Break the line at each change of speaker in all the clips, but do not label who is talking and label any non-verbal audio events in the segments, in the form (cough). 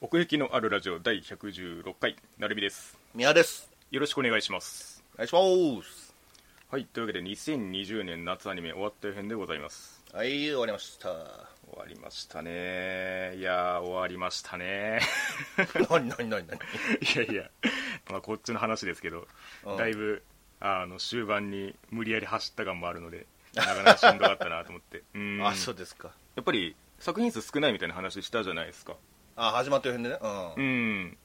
奥行きのあるラジオ第116回なるみです
宮です
よろしくお願いします
お願いします
はいというわけで2020年夏アニメ終わった編でございます
はい終わりました (laughs)
終わりましたねいやー終わりましたね (laughs)
何何何何
いやいや、まあ、こっちの話ですけど、
うん
だいぶあの終盤に無理やり走った感もあるのでなかなかしんどかったなと思って (laughs) うん
あそうですか
やっぱり作品数少ないみたいな話したじゃないですか
あ始まってる辺でねう
うんん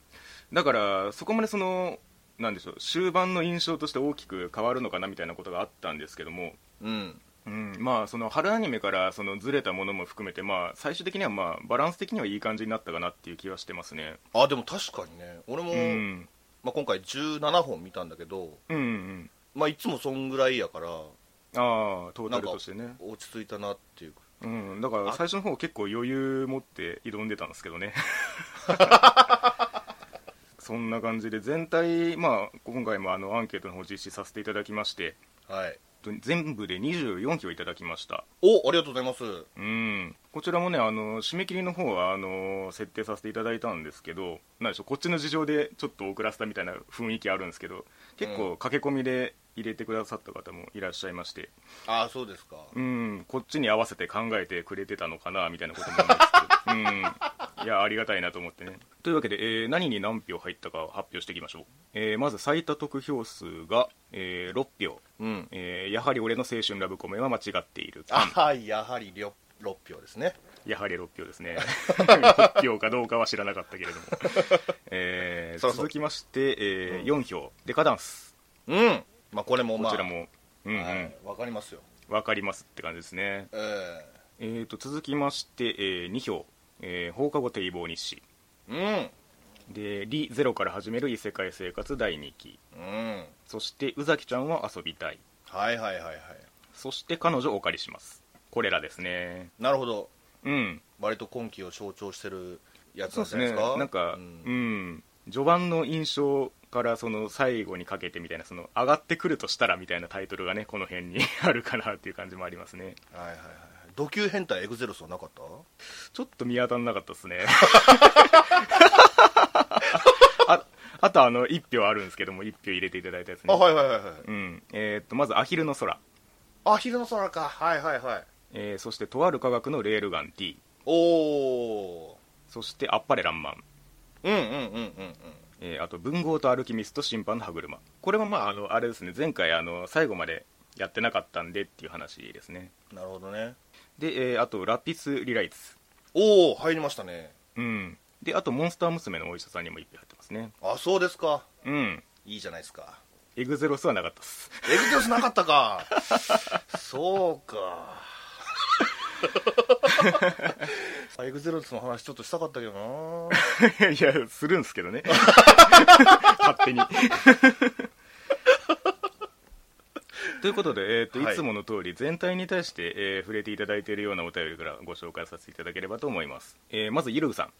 だからそこまでそのなんでしょう終盤の印象として大きく変わるのかなみたいなことがあったんですけども、
うん
うん、まあその春アニメからそのずれたものも含めてまあ最終的にはまあバランス的にはいい感じになったかなっていう気はしてますね
あでも確かにね俺も、
うん
まあ、今回17本見たんだけど
うんうん
まあいつもそんぐらいやから
ああトータ
なん
ル
か
としてね
落ち着いたなっていうか
うんだから
あ
最初の方結構余裕持って挑んでたんですけど
(laughs)
ねそんな感じで全体まあ今回もあのアンケートの方実施させていただきまして
はい
全部で24票いただきました
おありがとうございます
うんこちらもねあの締め切りの方はあの設定させていただいたんですけどなんでしょうこっちの事情でちょっと遅らせたみたいな雰囲気あるんですけど結構駆け込みで入れてくださった方もいらっしゃいまして
あそうですか
うんこっちに合わせて考えてくれてたのかなみたいなことも思うんですけどうんいやありがたいなと思ってねというわけで、えー何に何票入ったかを発表していきましょう、えーまず最多得票数が、え6票
うん
えーやはり俺の青春ラブコメは間違っている
あはいやはりりょ6票ですね
やはり6票
(laughs)
ですね6票かどうかは知らなかったけれども、えー
そうそう
続きまして、えー
う
4票デカダンス
うんまあこれも
こ
まあ
ちらも、うんうん、
はいわかりますよ
分かりますって感じですね、
ええ
えー、と続きまして、え2票、えー放課後堤防日誌
うん
で「リゼロから始める異世界生活第2期
うん」
そして「宇崎ちゃんは遊びたい
はいはいはいはい」
そして「彼女をお借りします」これらですね
なるほど
うん
割と今期を象徴してるやつ
そ
な
うんですね
じゃないですか
なんか、う
うんん
序盤の印象からその最後にかけてみたいなその上がってくるとしたらみたいなタイトルがねこの辺に (laughs) あるかなっていう感じもありますね
はいはいはいド級変態エグゼロスはなかった
ちょっと見当たんなかったです
(laughs)
ねああとあの1票あるんですけども1票入れていただいたやつね
あはいはいはいはい
うんえーっとまず「アヒルの空
あ昼の空かはいはいはい」
えーそして「とある科学のレールガン T
おお」
そして「あっぱれらんまん
うんうんうんうん」
えーあと「文豪とアルキミスト審判の歯車」これはまああのあれですね前回あの最後までやってなかったんでっていう話ですね
うんなるほどね
で、えーあと「ラピス・リライツ
おお入りましたね」
うんであと「モンスター娘のお医者さん」にも一票入ってますね
あそうですか
うん
いいじゃないですか
エグゼロスはなかったっす (laughs)
エグゼロスなかった (laughs) かそうか (laughs) エグゼロスの話ちょっとしたかったけどない (laughs)
やするんすけどね (laughs) 勝手に (laughs) ということで、えーと
はい
いつもの通り全体に対して、えー触れていただいているようなお便りからご紹介させていただければと思います、えーまずゆるぐさん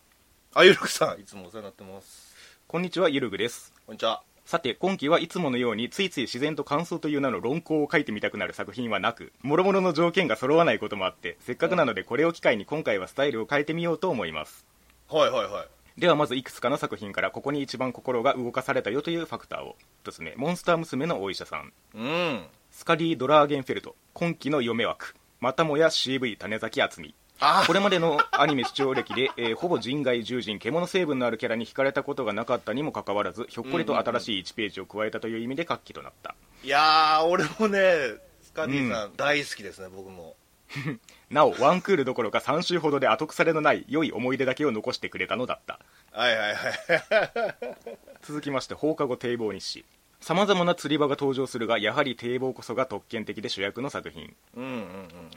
あゆるくさんいつもお世話になってます
こんにちはゆるぐです
こんにちは
さて今期はいつものようについつい自然と感想という名の論考を書いてみたくなる作品はなく諸々の条件が揃わないこともあってせっかくなのでこれを機会に今回はスタイルを変えてみようと思います
はいはいはい
ではまずいくつかの作品からここに一番心が動かされたよというファクターを1つ目モンスター娘のお医者さん
うん
スカリー・ドラーゲンフェルト今期の嫁枠またもや CV 種崎敦美
あ
これまでのアニメ視聴歴で、えーほぼ人外獣人獣成分のあるキャラに惹かれたことがなかったにもかかわらずひょっこりと新しい1ページを加えたという意味で活気となった
いやー俺もねスカディさん大好きですね、僕も
なおワンクールどころか3週ほどで後腐れのない良い思い出だけを残してくれたのだった
はいはいはい
続きまして放課後堤防日誌さまざまな釣り場が登場するがやはり堤防こそが特権的で主役の作品
うんうんうん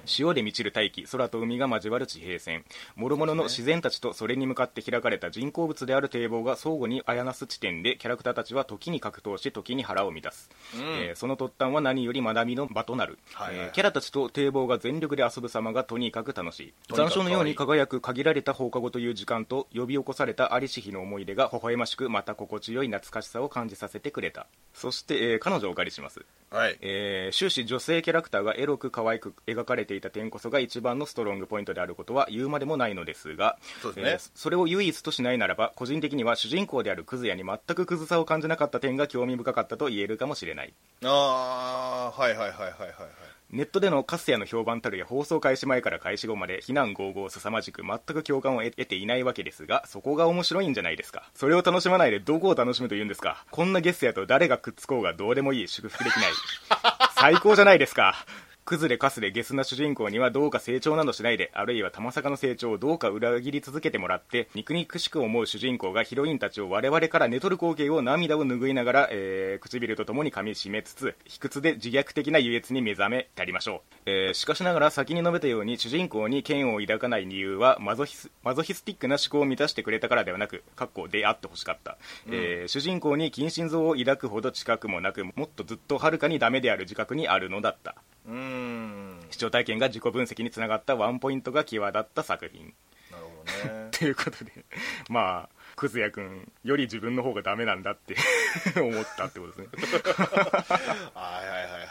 潮で満ちる大気空と海が交わる地平線諸々の自然たちとそれに向かって開かれた人工物である堤防が相互にあやなす地点でキャラクターたちは時に格闘し時に腹を乱す、
うん
えーその突端は何より学びの場となる、
はいはいはい
えーキャラたちと堤防が全力で遊ぶ様がとにかく楽しい
と
残
にかく
暑のように輝く限られた放課後という時間と呼び起こされた在りし日の思い出が微笑ましくまた心地よい懐かしさを感じさせてくれたそして、えー彼女をお借りします、
はい。
えー終始女性キャラクターがエロく可愛く描かれていた点こそが一番のストロングポイントであることは言うまでもないのですが
そうですね
それを唯一としないならば個人的には主人公であるクズヤに全くクズさを感じなかった点が興味深かったと言えるかもしれない
ああ、はいはいはいはいはいはい。
ネットでのカスヤの評判たるや放送開始前から開始後まで非難合々すさまじく全く共感を得ていないわけですがそこが面白いんじゃないですかそれを楽しまないでどこを楽しむと言うんですかこんなゲスやと誰がくっつこうがどうでもいい祝福できない最高じゃないですかクズでカスでゲスな主人公にはどうか成長などしないであるいは玉坂の成長をどうか裏切り続けてもらって肉肉しく思う主人公がヒロインたちを我々から寝取る光景を涙を拭いながら、えー唇とともに噛み締めつつ卑屈で自虐的な優越に目覚めたりましょう、えーしかしながら先に述べたように主人公に剣を抱かない理由はマゾヒスマゾヒスティックな思考を満たしてくれたからではなくかっこであってほしかった、えー主人公に近親像を抱くほど近くもなくもっとずっとはるかにダメである自覚にあるのだった
うーん。
視聴体験が自己分析につながったワンポイントが際立った作品 (laughs)。
なるほどね
ということで (laughs) まあくずやくんより自分の方がダメなんだって (laughs) 思ったってことですね、
はいはいはいはいはい。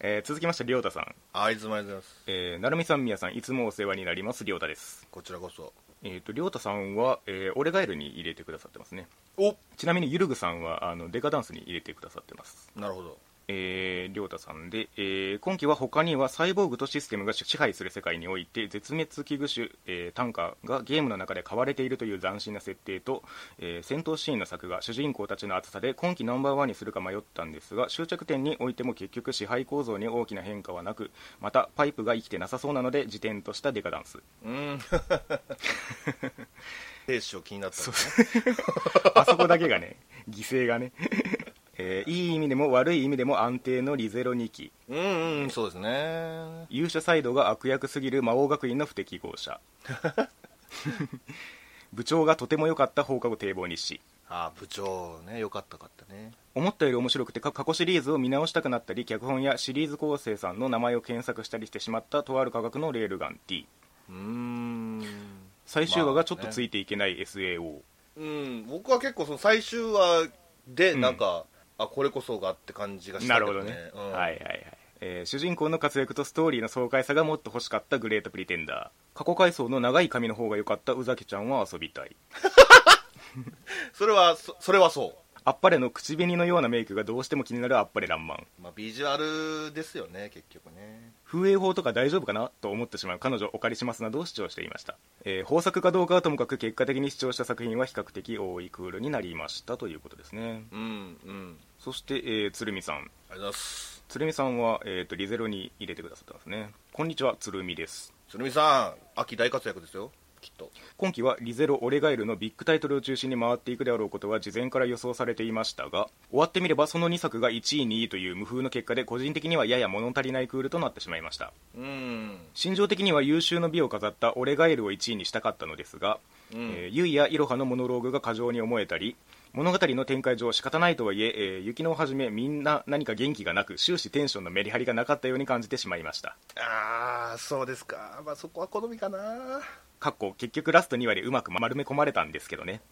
えー続きましてりょうたさん、
あいつまいでございます。
えー、なるみさんみやさんいつもお世話になりますりょうたです
こちらこそ。
えっ、とりょうたさんは、えー、俺ガエルに入れてくださってますね
お
ちなみにゆるぐさんはあのデカダンスに入れてくださってます
なるほど。
えー、りょうたさんで、えー今期は他にはサイボーグとシステムが支配する世界において絶滅危惧種、えー、タンカーがゲームの中で飼われているという斬新な設定と、えー戦闘シーンの作画主人公たちの厚さで今期ナンバーワンにするか迷ったんですが終着点においても結局支配構造に大きな変化はなくまたパイプが生きてなさそうなので時点としたデカダンス
うー (laughs) ん。兵士を気になったんですね。
あそこだけがね犠牲がね、 (laughs) えーいい意味でも悪い意味でも安定のリゼロ2期
うんうん、そうですね。
勇者サイドが悪役すぎる魔王学院の不適合者 (laughs) 部長がとても良かった放課後堤防日誌
あー部長ね、よかったかったね。
思ったより面白くてか過去シリーズを見直したくなったり脚本やシリーズ構成さんの名前を検索したりしてしまったとある科学のレールガン T
うーん。
最終話がちょっとついていけない SAO、
うん、僕は結構その最終話で、なんか、あ、これこそがって感じがした
な
け
る
ど
ほ
ね。
どね、
うん
はいはいはい、えー主人公の活躍とストーリーの爽快さがもっと欲しかったグレートプリテンダー過去回想の長い髪の方が良かった宇崎ちゃんは遊びたい
それは、そそれはそう。
あっぱれの口紅のようなメイクがどうしても気になるあっぱれらんまん
まあ、ビジュアルですよね結局ね
風営法とか大丈夫かなと思ってしまう彼女お借りしますなどを主張していました、えー豊作かどうかはともかく結果的に主張した作品は比較的多いクールになりましたということですね
うんうん
そして、えー鶴見さん
ありがとうございます
鶴見さんは、えー、とリゼロに入れてくださってますねこんにちは鶴見です
鶴見さん秋大活躍ですよきっと
今期はリゼロ・オレガエルのビッグタイトルを中心に回っていくであろうことは事前から予想されていましたが終わってみればその2作が1位2位という無風の結果で個人的にはやや物足りないクールとなってしまいました
うん
心情的には優秀の美を飾ったオレガエルを1位にしたかったのですが、
うん
えーユイやイロハのモノローグが過剰に思えたり物語の展開上仕方ないとはいええー雪乃をはじめみんな何か元気がなく終始テンションのメリハリがなかったように感じてしまいました
ああそうですかまあそこは好みかな
かっこ結局ラスト2話でうまく丸め込まれたんですけどね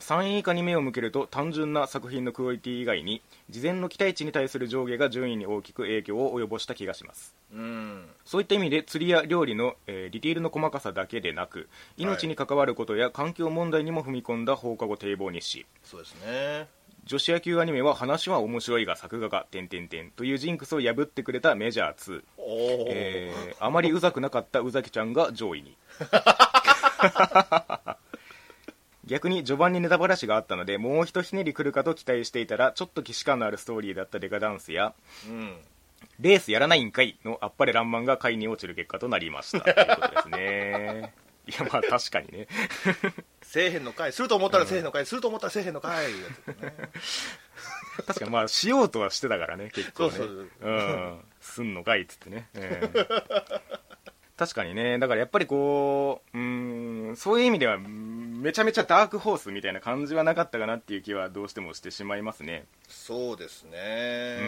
3位以下に目を向けると単純な作品のクオリティ以外に事前の期待値に対する上下が順位に大きく影響を及ぼした気がします
うん
そういった意味で釣りや料理の、えーディティールの細かさだけでなく命に関わることや環境問題にも踏み込んだ放課後堤防日誌
そうですね
女子野球アニメは話は面白いが作画が点々点というジンクスを破ってくれたメジャー2、
おお、
えーあまりうざくなかった宇崎ちゃんが上位に逆に序盤にネタバラシがあったのでもうひとひねり来るかと期待していたらちょっと既視感のあるストーリーだったデカダンスや
うん
レースやらないんかいのあっぱれらんまんが下位に落ちる結果となりましたということですねいやまあ確かにね
せえへんの会すると思ったらせえへんの会、すると思ったらせえへんの会やつね
確かにまあしようとはしてたからね結構ね
そうそう
うんすんのかいっつってね、ええ確かにねだからやっぱりこううーんそういう意味ではうんめちゃめちゃダークホースみたいな感じはなかったかなっていう気はどうしてもしてしまいますね
そうです
う
ね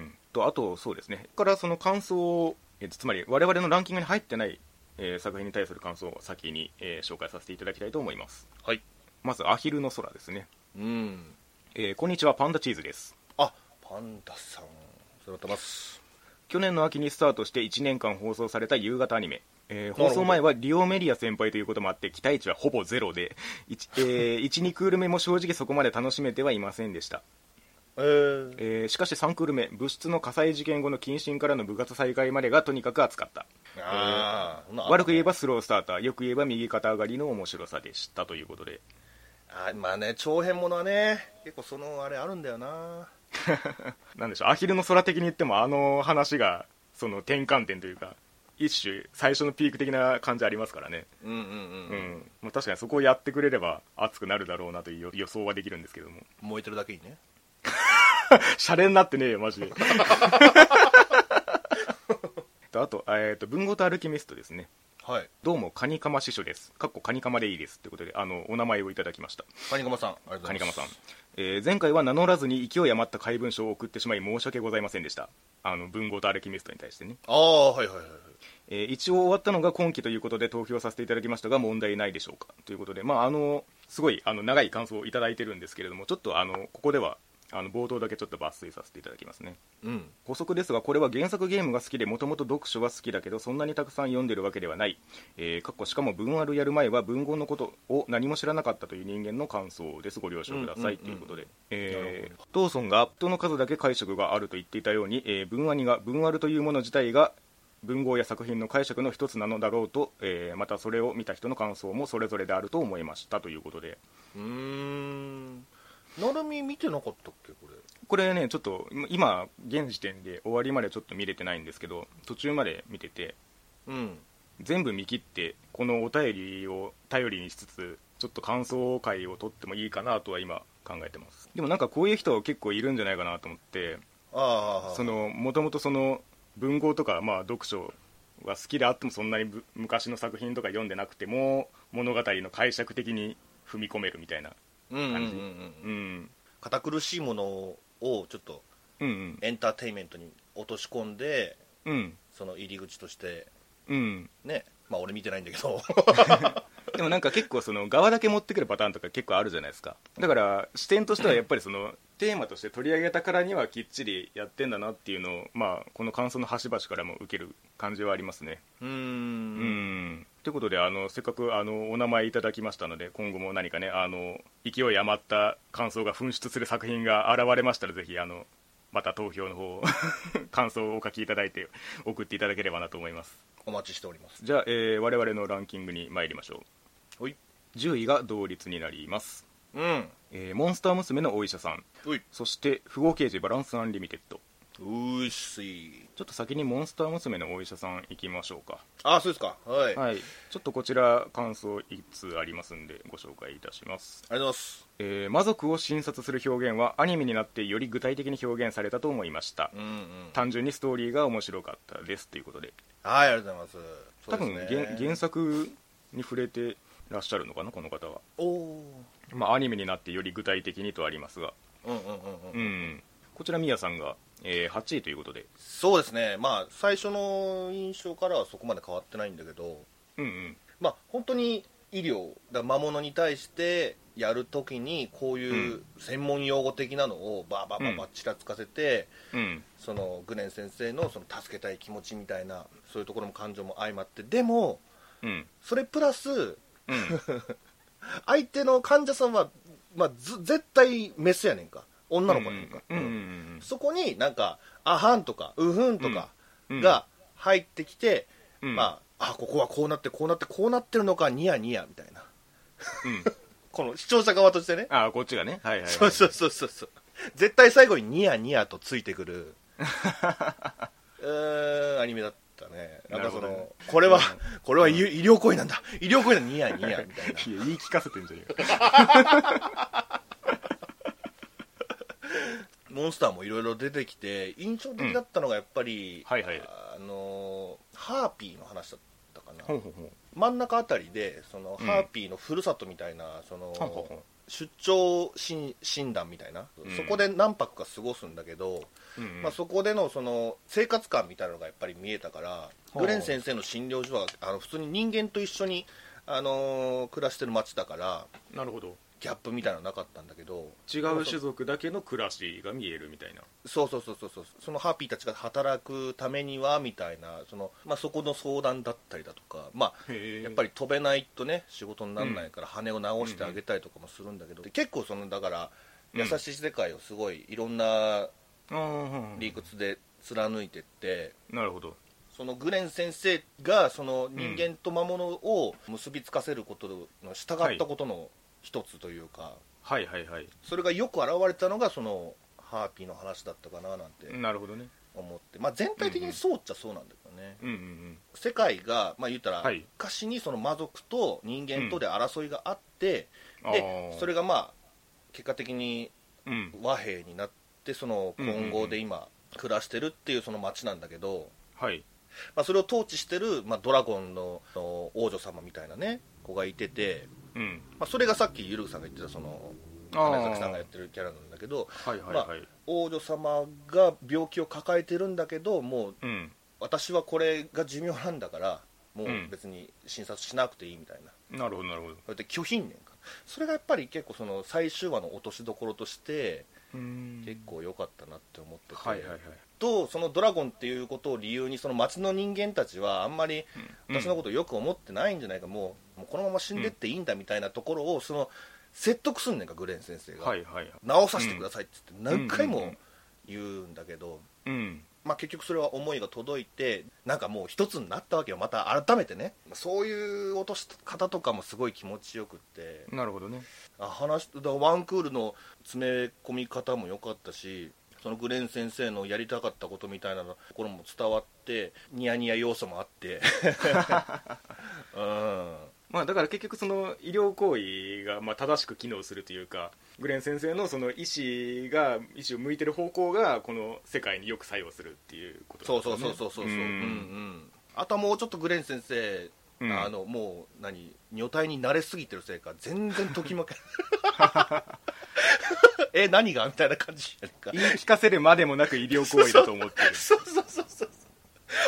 んとあとそうですねここからその感想を、えっとつまり我々のランキングに入ってない、えー作品に対する感想を先に、えー紹介させていただきたいと思います
はい
まず「アヒルの空」ですね
うん
えーこんにちはパンダチーズです
あパンダさんそれ待ってます
去年の秋にスタートして1年間放送された夕方アニメ、えー放送前はリオメディア先輩ということもあって期待値はほぼゼロで12、えー
(laughs)
一二クール目も正直そこまで楽しめてはいませんでした、
えー、
えーしかし3クール目部室の火災事件後の謹慎からの部活再開までがとにかく熱かった
あー、
悪く言え
ば
ばスロースターターよく言えば右肩上がりの面白さでしたということで
あまあね長編ものはね結構そのあれあるんだよな
なんでしょうアヒルの空的に言ってもあの話がその転換点というか一種最初のピーク的な感じありますからね
うんうん
う
うん、うん、
ん、まあ、確かにそこをやってくれれば熱くなるだろうなという予予想はできるんですけども (laughs)
燃えてるだけいいね
シャレになってねえよマジでとあと,、えー、と文豪とアルキミストですね
はい
どうもカニカマ師匠ですかっこカニカマでいいですということであのお名前をいただきました
カニカマさんありがとうご
カ
ざい
ニカ
ま
マ
す
さん、えー前回は名乗らずに勢い余った怪文書を送ってしまい申し訳ございませんでしたあの文豪とアルキミストに対してね
ああはいはいはいはい
えー一応終わったのが今期ということで投票させていただきましたが問題ないでしょうかということで、まあ、あのすごいあの長い感想をいただいてるんですけれどもちょっとあのここではあの冒頭だけちょっと抜粋させていただきますね
うん
補足ですがこれは原作ゲームが好きでもともと読書は好きだけどそんなにたくさん読んでるわけではない、えーかっこしかも文あるやる前は文豪のことを何も知らなかったという人間の感想ですご了承ください
うん
と
うん
いううんことでえードーソンがアップの数だけ解釈があると言っていたように、えー文アニが文あるというもの自体が文豪や作品の解釈の一つなのだろうと、えーまたそれを見た人の感想もそれぞれであると思いましたということで
うーんなるみ見てなかったっけこれ
これねちょっと今現時点で終わりまでちょっと見れてないんですけど途中まで見てて
うん
全部見切ってこのお便りを頼りにしつつちょっと感想会を取ってもいいかなとは今考えてますでもなんかこういう人結構いるんじゃないかなと思って
ああ
そのもともとその文豪とかまあ読書が好きであってもそんなにぶ昔の作品とか読んでなくても物語の解釈的に踏み込めるみたいな
うんうんうんう
感じうんん
堅苦しいものをちょっと
うんうん
エンターテインメントに落とし込んで
うん
その入り口として
うん
ねまあ俺見てないんだけ (laughs) ど
でもなんか結構その側だけ持ってくるパターンとか結構あるじゃないですかだから視点としてはやっぱりそのテーマとして取り上げたからにはきっちりやってんだなっていうのを、まあ、この感想の端々からも受ける感じはありますね
うー
うんんということであのせっかくあのお名前いただきましたので今後も何かねあの勢い余った感想が噴出する作品が現れましたらぜひあのまた投票の方を (laughs) 感想をお書きいただいて送っていただければなと思います
お待ちしております
じゃあ、えー我々のランキングに参りましょう
ほい
10位が同率になります、
うん
えーモンスター娘のお医者さん
うい
そして不合刑事バランスアンリミテッド
うっし
ちょっと先にモンスター娘のお医者さん行きましょうか
あそうですかはい、ありが
はいちょっとこちら感想いつありますんでご紹介いたします、
とうございます
えー魔族を診察する表現はアニメになってより具体的に表現されたと思いました
うんうん
単純にストーリーが面白かったですということで
はいありがとうございます
多分
そうですね
原原作に触れてらっしゃるのかなこの方は
おお
まあアニメになってより具体的にとありますが
うんうんうんうん
うん、こちら、みやさんが、えー8位ということで、
そうですねまあ最初の印象からはそこまで変わってないんだけど
うんうん、
まあ本当に医療だ魔物に対してやるときにこういうう専門用語的なのをバーバーバーバーちらつかせて、
うん、
そのグネン先生のその助けたい気持ちみたいなそういうところも感情も相まってでも
うん、
それプラス
うん、
相手の患者さんは、まあ、ず絶対メスやねんか女の子やねんか、
うんうんうんうん
そこになんか「あはん」とか「うふん」とか
うん
が入ってきて、
うん
まあ、あここはこうなってこうなってこうなってるのかニヤニヤみたいな
うん、
この視聴者側としてね
あーこっちがね、はいはい、はい、
そうそうそうそうそう絶対最後にニヤニヤとついて
(laughs)
くるうーんアニメだったねなんかそ
なるほど
の
ね
これは、これは医医療行為なんだ医療行為なんだニヤニヤみたいない
や言い聞かせてんじゃねえか、
モンスターもいろいろ出てきて印象的だったのがやっぱり、
はいはい
あのハーピーの話だったかな
ほんほんほん
真ん中あたりでその、
うん
ハーピーのふるさとみたいなその、
ほんほんほん
出張診診断みたいな、
ん
そこで何泊か過ごすんだけど、
うんうん
まあ、そこでのその生活感みたいなのがやっぱり見えたから、
ほう
グレン先生の診療所はあの普通に人間と一緒に、あのー暮らしてる街だから
なるほど、
ギャップみたいなのなかったんだけど
違う種族だけの暮らしが見えるみたいな
そうそうそうそうそうそのハッピーたちが働くためにはみたいなその、まあ、そこの相談だったりだとか、まあ、や
や
っぱ
り
り飛べないとね仕事にならないから羽を直してあげたりとかもするんだけど、で結構そのだから
うん
優しい世界をすごいいろんな理
ー
屈で貫いてって、
なるほど
そのグレン先生がその人間と魔物を結びつかせることの従ったことの一つというか、
はいはいはい
それがよく表れたのがそのハーピーの話だったかななんて
なるほどね
思って、まあ、全体的にそうっちゃそうなんだけどね、
うんうんうん
世界が、まあ、言ったら、
はい
昔にその魔族と人間とで争いがあって、でそれ
が
がまあ結果的に
うん
和平になってその混合で今暮らしてるっていうその町なんだけど、
はい
まあ、それを統治してる、まあ、ドラゴンのあの王女様みたいなね子がいてて、
うん
まあ、それがさっきゆるさんが言ってたその
あー
金崎さんがやってるキャラなんだけど
はいはい
ま
はい、
王女様が病気を抱えてるんだけどもう
うん
私はこれが寿命なんだからもう
うん
別に診察しなくていいみたいな、
なるほどなるほど
それで拒否んねんかそれがやっぱり結構その最終話の落としどころとして
うん
結構良かったなって思ってて、
はいはいはい
とそのドラゴンっていうことを理由にその町の人間たちはあんまり
うん
私のことをよく思ってないんじゃないか、もうもうこのまま死んでっていいんだみたいなところをその説得すんねんかグレン先生が、
はいはいはい
直させてくださいって言って何回
うんうんう
も
ん
言うんだけど、
うん
まあ、結局それは思いが届いてなんかもう一つになったわけよまた改めてねそういう落とし方とかもすごい気持ちよくって
なるほどね
あ話だからワンクールの詰め込み方も良かったしそのグレン先生のやりたかったことみたいなところも伝わってニヤニヤ要素もあってうん
まあだから結局その医療行為がまあ正しく機能するというかグレン先生のその医師が医師を向いてる方向がこの世界によく作用するっていうこと
そうそ
で
う
すよ
そう
ね
そうそうそう、う
ん
んうん、あとはもうちょっとグレン先生、
うん
あのもう何女体に慣れすぎてるせいか全然ときまけ (laughs) え何がみたいな感じやねんか
言い聞かせるまでもなく医療行為だと思ってる
(laughs) そうそうそうそう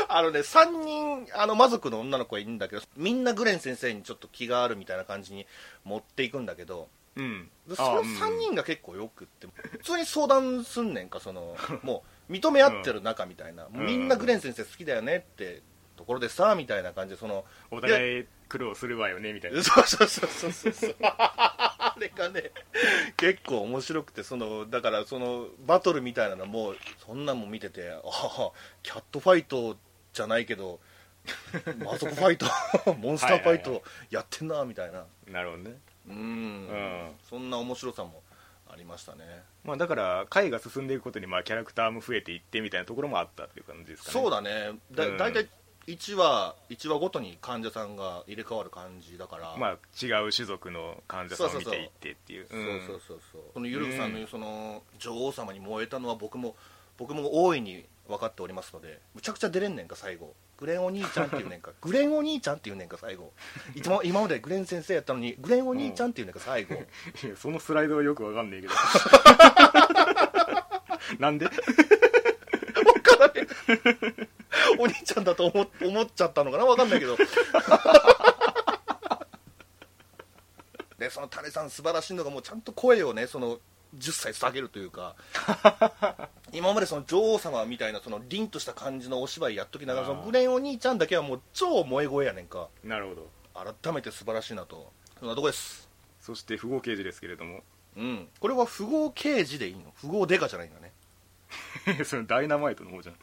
あのね3人あの魔族の女の子がいるんだけどみんなグレン先生にちょっと気があるみたいな感じに持っていくんだけど
うん
でその3人が結構よくって普通に相談すんねんかそのもう認め合ってる仲みたいな、
ん
みんなグレン先生好きだよねってところでさみたいな感じでその
お互い苦労するわよねみたいな
(laughs) そうそうそうそうそうそう (laughs) あれがね結構面白くてそのだからそのバトルみたいなのもそんなんも見ててああキャットファイトじゃないけど魔族ファ
(laughs)
イトモンスターファ
はいはい
イ
は
トやってんなみたいな
なるほどね
うん
ん
そんな面白さもありましたね
まあだから回が進んでいくことにまあキャラクターも増えていってみたいなところもあったっていう感じですかね
そうだねだ,、
うん
だいたい1話1話ごとに患者さんが入れ替わる感じだから、
まあ違う種族の患者さんを見ていってっていう
そう
うん
そうそうそうそのゆるくさんの言うその女王様に燃えたのは僕も僕も大いに分かっておりますのでむちゃくちゃ出れんねんか最後グレンお兄ちゃんっていう (laughs) ねんかグレンお兄ちゃんっていうねんか最後いつも今までグレン先生やったのにグレンお兄ちゃんっていうねんか最後
いやそのスライドはよくわかんないけど
(laughs)
なんで
(laughs) お兄ちゃんだと思思っちゃったのかな分かんないけど (laughs) でそのタレさん素晴らしいのがもうちゃんと声をねその10歳下げるとい
(laughs)
うか今までその女王様みたいなその凛とした感じのお芝居やっときながら
あー
そのグレンお兄ちゃんだけはもう超萌え声やねんか
なるほど
改めて素晴らしいなとそんなとこです
そして不合刑事ですけれども (laughs)
うんこれは符号刑事でいいの符号デカじゃないんだね
そのダイナマイトの方じゃん (laughs)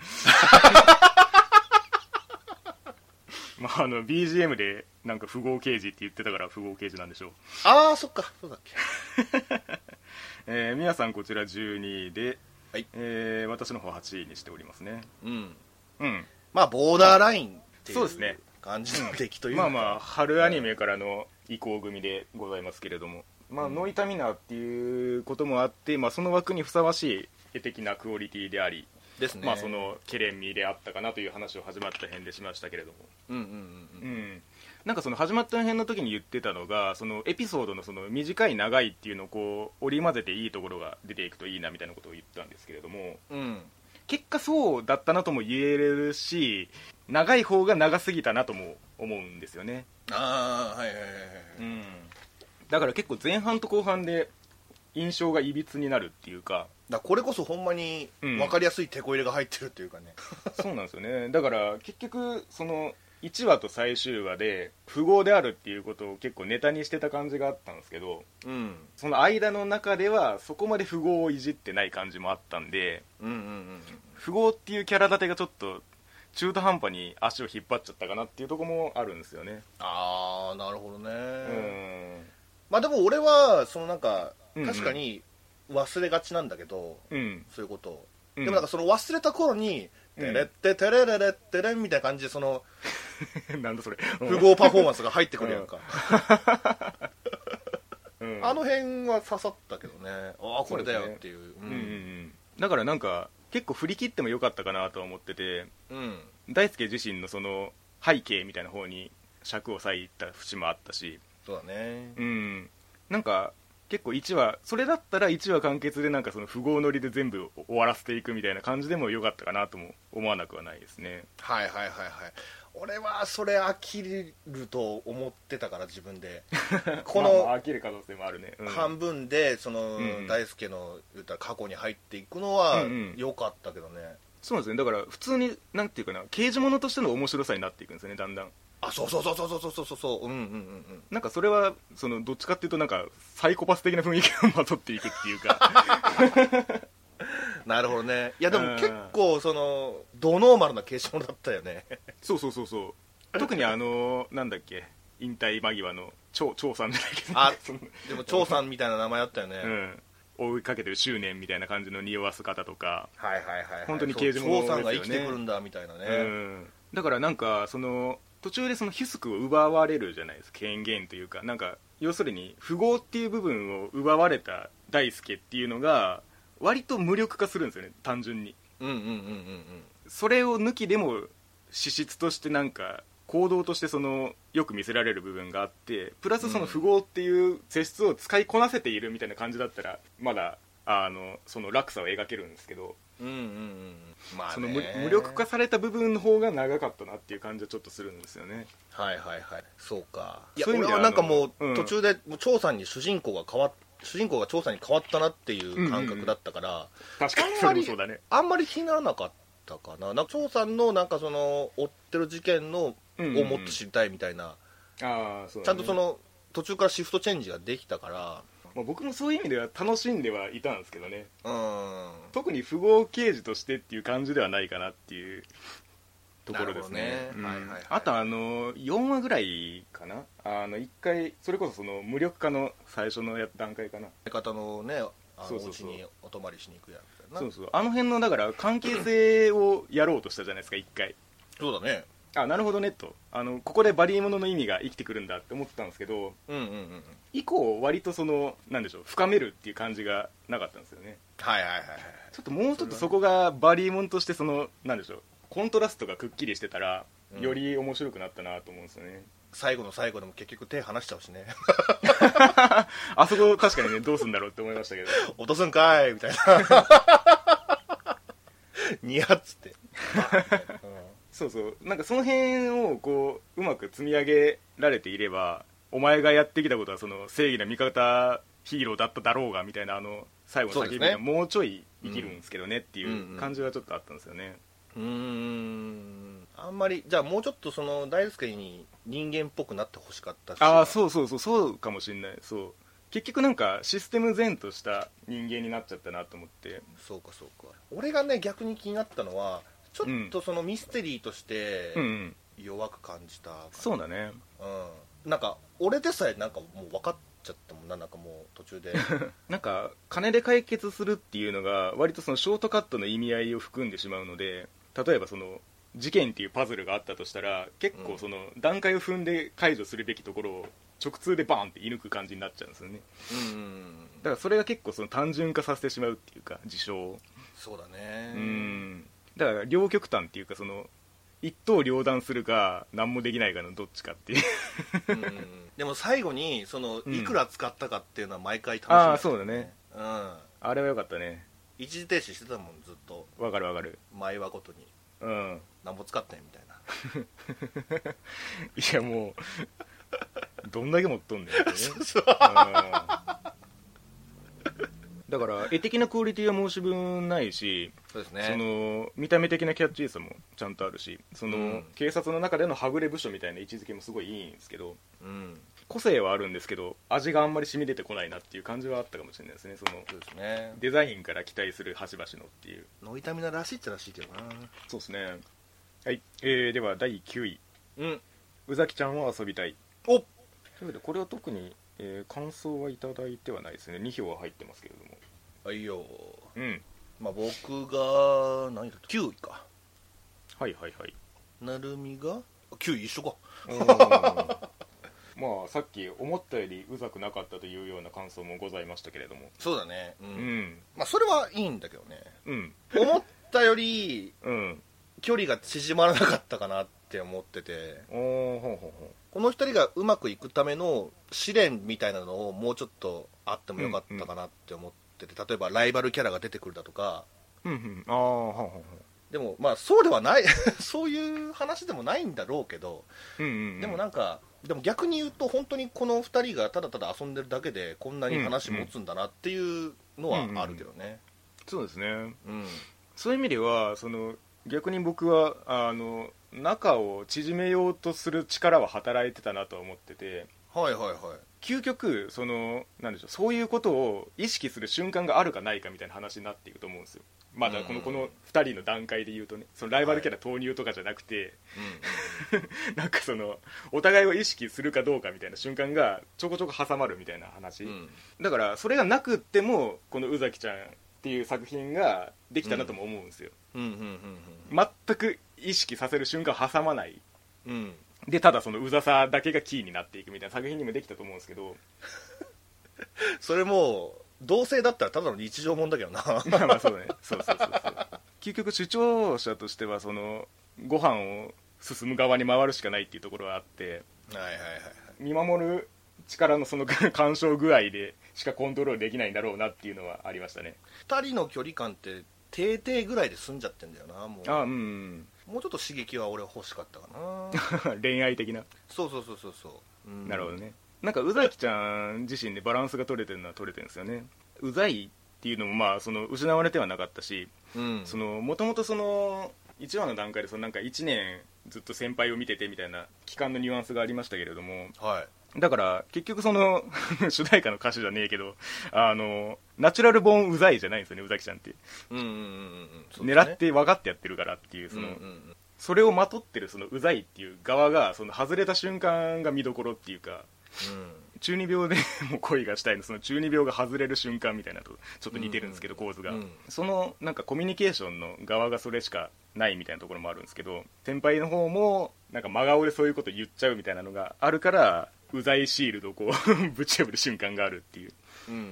まああの BGM でなんか不合刑事って言ってたから不合刑事なんでしょう
ああそっかそうだっけ
えー、皆さんこちら12位で、
はい
えー私の方8位にしておりますね
うん
うん
まあボーダーラインってい
そうですね
う感じの出来というか
まあまあ春アニメからの移行組でございますけれども、まあ、ノイタミナーっていうこともあって、まあ、その枠にふさわしい絵的なクオリティであり、
ですね
まあ、そのケレン味であったかなという話を始まった辺でしましたけれども、
うんうん
う
うん
ん、なんかその始まった辺の時に言ってたのがそのエピソードのその短い長いっていうのをこう織り交ぜていいところが出ていくといいなみたいなことを言ったんですけれども
うんうん
結果そうだったなとも言えるし長い方が長すぎたなとも思うんですよね。
ああはいはいはいはい、
うん、だから結構前半と後半で印象がいびつになるっていうか
だからこれこそほんまに
うん
分かりやすいテこ入れが入ってるっていうかね、
そうなんですよねだから結局その1話と最終話で富豪であるっていうことを結構ネタにしてた感じがあったんですけど
うん、うん
その間の中ではそこまで富豪をいじってない感じもあったんで
うんうん
富豪っていうキャラ立てがちょっと中途半端に足を引っ張っちゃったかなっていうところもあるんですよね
ああなるほど
う
ね、
ん
まあでも俺はそのなんか
うんうん
確かに忘れがちなんだけど、
うん
そういうことを、
うん
でもなんかその忘れた頃に「
うん
テレッテテレレレッテレン」みたいな感じでその
(laughs) なんだそれ
符号パフォーマンスが入ってくるやんか、
うん
あの辺は刺さったけどねああこれだよってい
う
う
んうんうんだからなんか結構振り切ってもよかったかなとは思ってて
うんうん
大輔自身のその背景みたいな方に尺を割いた節もあったし
そうだね
うんなんか結構1話それだったら1話完結でなんかその富豪乗りで全部終わらせていくみたいな感じでもよかったかなとも思わなくはないですね
はいはいはいはい俺はそれ飽きると思ってたから自
(laughs)
分でこ
まあま
の
あ、飽きる可能性もあるね、うん
半分でその
うんうん
大輔の言ったら過去に入っていくのは
うんうん
良かったけどね
そうなんですねだから普通になんていうかな刑事物としての面白さになっていくんですよねだんだん
あそうそうそうそうそうそうそうそううんうんうんうん
なんかそれはそのどっちかっていうとなんかサイコパス的な雰囲気をまとっていくっていうか
なるほどねいやで
うん
も結構そのドノーマルな決勝だった
(laughs)
よね
そうそうそうそう特にあのなんだっけ引退間際の張張さんじゃないけど、
あ
(laughs) その
でも張さんみたいな名前あったよね、
うん追いかけてる執念みたいな感じの匂わせ方とか、
はいはいはい、はい、
本当に刑事もの
張さんが
で
生
す
き
よね
てくるんだみたいなね、
うんだからなんかその途中でそのヒスクを奪われるじゃないですか権限というかなんか要するに富豪っていう部分を奪われた大輔っていうのが割と無力化するんですよね単純に
うんうんうんうん
それを抜きでも資質としてなんか行動としてそのよく見せられる部分があってプラスその富豪っていう性質を使いこなせているみたいな感じだったらまだあのその落差を描けるんですけど、
うんうんうんうんまあ、ね、
その無無力化された部分の方が長かったなっていう感じはちょっとするんですよね
はいはいはいそうかいや
そういう意味で
俺
は
はなんかも
あのう
うん途中でもう張さんに主人公が変わっ主人公が張さんに変わったなっていう感覚だったから、
確かにそ
あんま
れも
り
そうだね
あんまり気にならなかったかななんか張さんのなんかその追ってる事件
うんう
の、
んうん
をもっと知りたいみたいな
ああそう
ちゃんとそ
その、
の途中からシフトチェンジができたから
まあ、僕もそういう意味では楽しんではいたんですけどね
うーん
特に富豪刑事としてっていう感じではないかなっていうところですね
なるほどね
うん
はいはいはい
あとあの4話ぐらいかなあの1回それこそその無力化の最初のや段階かな
相方のねあ
そう
のお
そう
家
そう
にお泊まりしに行くやつだな
そうそうあの辺のだから関係性をやろうとしたじゃないですか1回
そうだね
あなるほどねとあのここでバリーものの意味が生きてくるんだって思ってたんですけど
うんうんうん
以降割とそのなんでしょう深めるっていう感じがなかったんですよね
はいはいはいはい
ちょっともうちょっとそこがバリーモンとしてそのなんでしょうコントラストがくっきりしてたら
うん
より面白くなったなと思うんですよね、
最後の最後でも結局手離しちゃうしね
あそこ確かにねどうすんだろうって思いましたけど (laughs)
落とすんかいみたいな (laughs) ニヤっつ
(laughs)
って、
そうそうなんかその辺をこううまく積み上げられていればお前がやってきたことはその正義な味方ヒーローだっただろうがみたいなあの最後の叫び
そうで
が
すね
もうちょい生きるんですけどねって
うん
いううん感じはちょっとあったんですよね、
うん、うーんあんまりじゃあもうちょっとその大輔に人間っぽくなってほしかったし
ああそうそうそうそうかもしんないそう結局なんかシステム前とした人間になっちゃったなと思って
そうかそうか俺がね逆に気になったのはちょっとそのミステリーとして
うん、うん、
弱く感じたかな、
そうだね
うんなんか俺でさえなんかもう分かっちゃったもんななんかもう途
(laughs)
中で
なんか金で解決するっていうのが割とそのショートカットの意味合いを含んでしまうので例えばその事件っていうパズルがあったとしたら結構その段階を踏んで解除するべきところを直通でバーンって射抜く感じになっちゃうんですよね
うん
だからそれが結構その単純化させてしまうっていうか事象を
そうだね
うんだから両極端っていうかその一刀両断するか何もできないかのどっちかっていう
うんでも最後にその
ん
いくら使ったかっていうのは毎回楽しみ
ああそうだね
うん
あれは良かったね
一時停止してたもんずっと
わかるわかる
前はごとに
うん
何も使ってんみたいない
やもうどんだけ持っとんねんってね
そう
うんだから絵的なクオリティは申し分ないし、
そうです
そ
ね
の見た目的なキャッチーさもちゃんとあるしその、
うん
警察の中でのはぐれ部署みたいな位置づけもすごいいいんですけど
うん
個性はあるんですけど味があんまり染み出てこないなっていう感じはあったかもしれないですねその
そうですね
デザインから期待する端々のっていう
ノイタミナらしいっちゃらしいけどな
そうですねはい、えーでは第9位
うん
宇崎ちゃんは遊びたいと
お
いうことでこれは特に、えー感想はいただいてはないですね2票は入ってますけれども
あいいよ
うん
まあ僕が何だった9位か
はいはいはい
なるみがあ9位一緒か
(laughs) まあさっき思ったよりうざくなかったというような感想もございましたけれども
そうだねう
うんん
まあそれはいいんだけどね
うん
思ったより
うん
距離が縮まらなかったかなって思ってて
おおほうほうほ
この2人がうまくいくための試練みたいなのをもうちょっとあってもよかったかなって思ってて、例えばライバルキャラが出てくるだとか
ううんうんああほうほうほ
でもまあそうではない (laughs) そういう話でもないんだろうけど
ううんうんうん
でもなんか、でも逆に言うと本当にこの2人がただただ遊んでるだけでこんなに話持つんだなっていうのはあるけどね
そうですね
うん
そういう意味ではその逆に僕はあの中を縮めようとする力は働いてたなとは思ってて
はいはいはい
究極そのなんでしょうそういうことを意識する瞬間があるかないかみたいな話になっていくと思うんですよまだこの,、
うん
この2人の段階で言うとねそのライバルキャラ投入とかじゃなくて、 (laughs) なんかそのお互いを意識するかどうかみたいな瞬間がちょこちょこ挟まるみたいな話、
うんうん
だからそれがなくってもこの宇崎ちゃんっていう作品ができたなとも思うんですよ、
うんうん
全く意識させる瞬間を挟まない
うんうん
でただそのうざさだけがキーになっていくみたいな作品にもできたと思うんですけど
それもう同性だったらただの日常もんだけど (laughs) な
(laughs) まあまあそうねそうそうそうそう究極主張者としてはそのご飯を進む側に回るしかないっていうところはあって
はいはいはい
見守る力のその干渉具合でしかコントロールできないんだろうなっていうのはありましたね
2人の距離感って定々ぐらいで済んじゃってんだよなもう
あうん
もうちょっと刺激は俺は欲しかったか
(laughs)
な
恋愛的な
そうそうそうそうそう、うん
なるほどねなんか宇崎ちゃん自身でバランスが取れてるのは取れてるんですよねうざいっていうのもまあその失われてはなかったし
うん
そのもともとその1話の段階でそのなんか1年ずっと先輩を見ててみたいな期間のニュアンスがありましたけれども
はい
だから結局その (laughs) 主題歌の歌手じゃねえけどあのナチュラルボーンうざいじゃないんですよね宇崎ちゃんって、
うんうんうんうんそうだね
狙って分かってやってるからっていう
う
そ
んう
の、
んうん
それをまとってるそのうざいっていう側がその外れた瞬間が見どころっていうか中二病で (laughs) もう恋がしたいのその中二病が外れる瞬間みたいなのとちょっと似てるんですけど、構図が、
うん
そのなんかコミュニケーションの側がそれしかないみたいなところもあるんですけど先輩の方もなんか真顔でそういうこと言っちゃうみたいなのがあるからうざいシールドをこう (laughs) ぶち破る瞬間があるっていう、
うんうんう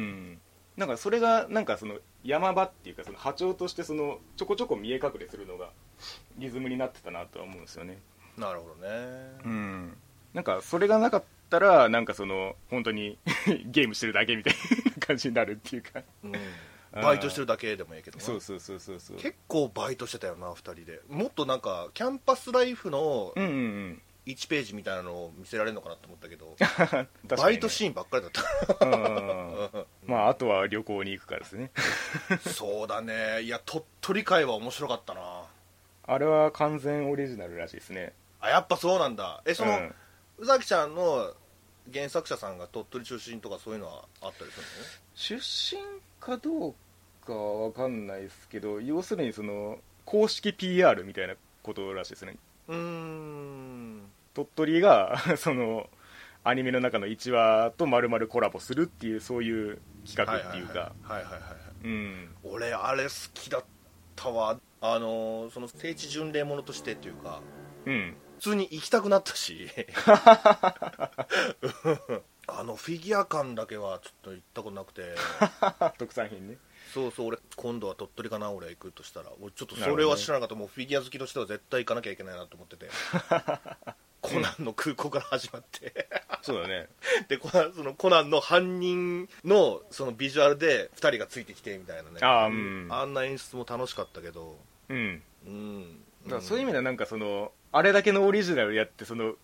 ん
ん、なんかそれがなんかその山場っていうかその波長としてそのちょこちょこ見え隠れするのがリズムになってたなとは思うんですよね、
なるほどね、
うん、なんかそれがなかったらなんかその本当に (laughs) ゲームしてるだけみたいな感じになるっていうか
うん
あー
バイトしてるだけでもいいけどな
そうそうそうそう
結構バイトしてたよな2人でもっとなんかキャンパスライフの
うんうんうん
1ページみたいなのを見せられるのかなと思ったけど
(laughs) 確かにね
バイトシーンばっかりだった
うんうんうん (laughs) まああとは旅行に行くかですね
そうだねいや鳥取会は面白かったな
あれは完全オリジナルらしいですね
あやっぱそうなんだえその、
うん
宇崎ちゃんの原作者さんが鳥取出身とかそういうのはあったりする
出身かどうかわかんないですけど要するにその公式 PR みたいなことらしいですね
のうーん
鳥取が (laughs) そのアニメの中の1話と丸々コラボするっていうそういう企画っていうか
はいはいはいはいはいはい
うん
俺あれ好きだったわあのーその聖地巡礼ものとしてっていうか
うん
普通に行きたくなっ
(laughs)
たしあのフィギュア館だけはちょっと行ったことなくて
特産品ね
そうそう俺今度は鳥取かな俺行くとしたら俺ちょっと
なる
そ
ほ
れ
ど
は
ね
知らなかった、もうフィギュア好きとしては絶対行かなきゃいけないなと思っ
(laughs)
ててコナンの空港から始まって (laughs)
そうだね
でコナンそのコナンの犯人のそのビジュアルで2人がついてきてみたいなね
あーうん
あんな演出も楽しかったけど
うん
うん
だからそういう意味
で
ではなんかそのあれだけのオリジナルやってその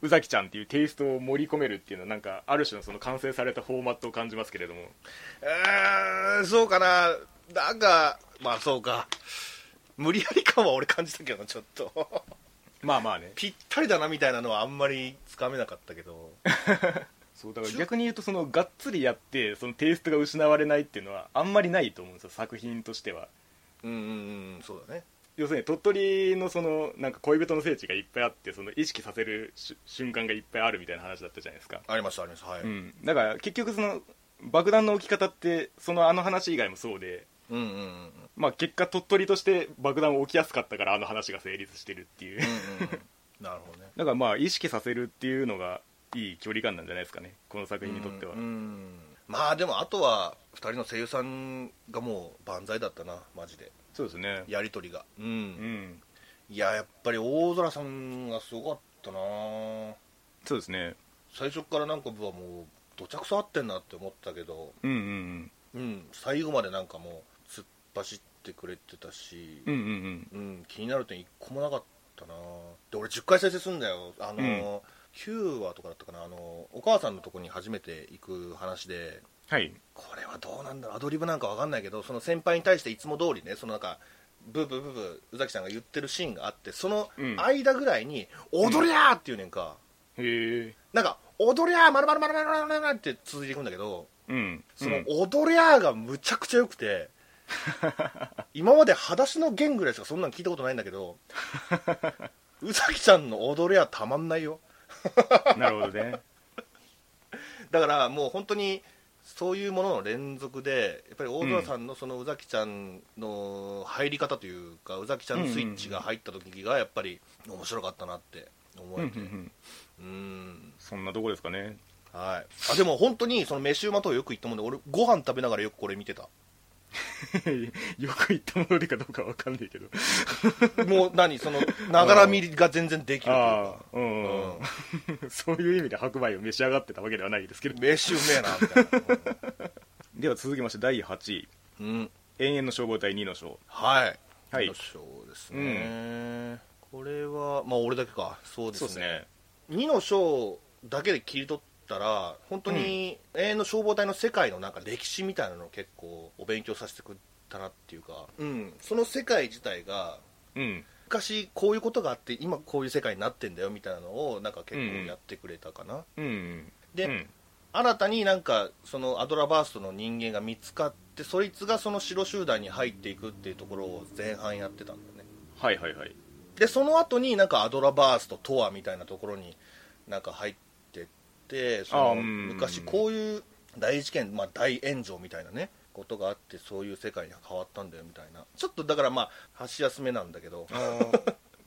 宇崎ちゃんっていうテイストを盛り込めるっていうのはなんかある種のその完成されたフォーマットを感じますけれども
えー、そうかななんかまあそうか無理やり感は俺感じたけどなちょっと (laughs)
まあまあね
ぴったりだなみたいなのはあんまりつかめなかったけど
そうだから逆に言うとそのがっつりやってそのテイストが失われないっていうのはあんまりないと思うんですよ作品としては
うんうんうんそうだね
要するに鳥取のそのなんか恋人の聖地がいっぱいあってその意識させるし瞬間がいっぱいあるみたいな話だったじゃないですか、
ありましたありましたはい、
うん、だから結局その爆弾の置き方ってそのあの話以外もそうで、
うんうんうんうん
まあ、結果鳥取として爆弾を置きやすかったからあの話が成立してるっていう、
なる
(laughs)
ほどね
だからまあ意識させるっていうのがいい距離感なんじゃないですかねこの作品にとっては、
うんうんまあでもあとは2人の声優さんがもう万歳だったなマジで
そうですね
やり取りがうん、
うん
いややっぱり大空さんがすごかったな
そうですね
最初からなんか僕はもうどちゃくそ合ってんなって思ったけど
うんうん
うん最後までなんかもう突っ走ってくれてたし
うんうんうんうん
うん、気になる点一個もなかったなで俺10回再生するんだよあの、
うん
9話とかだったかなあのお母さんのとこに初めて行く話で
はい
これはどうなんだろうアドリブなんかわかんないけどその先輩に対していつも通りねそのなんかブーブーブーブー宇崎さんが言ってるシーンがあってその
うん
間ぐらいに「踊りゃ!」って言うねんか、
へえ
なんか「踊りゃ!」まるまるまるまるまるまるって続いていくんだけど
うん
その「踊りゃ!」がむちゃくちゃ良くて
(laughs)
今まで「裸足の弦」ぐらいしかそんなん聞いたことないんだ
(laughs)
けど宇崎ちゃんの「踊りゃ!」たまんないよ
うん (laughs) なるほどね
だからもう本当にそういうものの連続でやっぱり大空さんのその宇崎ちゃんの入り方というか、宇崎ちゃんのスイッチが入った時がやっぱり面白かったなって思
うんう
え
んう
てうん
ん
ん
そんなとこですかね
はいあでも本当にその飯馬とはよく行ったもんで俺ご飯食べながらよくこれ見てた
(laughs) よく言ったものでかどうかわかんないけど
もう何そのながら見が全然できるという
あ
か
あうん、うんうん、そういう意味で白米を召し上がってたわけではないですけど
飯うめえなみたいな、
では続きまして第8位
うん、
永遠の消防隊2の章
はい
はい
よいしょですね、これはまあ俺だけかそうですね2の章だけで切り取ったら本当に永遠の消防隊の世界のなんか歴史みたいなのを結構お勉強させてくれたなっていうか、うん、その世界自体が
うん
昔こういうことがあって今こういう世界になってんだよみたいなのをなんか結構やってくれたかな、
うん
で、
うん
新たになんかそのアドラバーストの人間が見つかってそいつがその白集団に入っていくっていうところを前半やってたんだよね
はいはいはい
でその後になんかアドラバースとトアみたいなところになんか入ってってそ
あ
の
うん
昔こういう大事件、まあ、大炎上みたいなねことがあってそういう世界に変わったんだよみたいなちょっとだからまあ箸休めなんだけど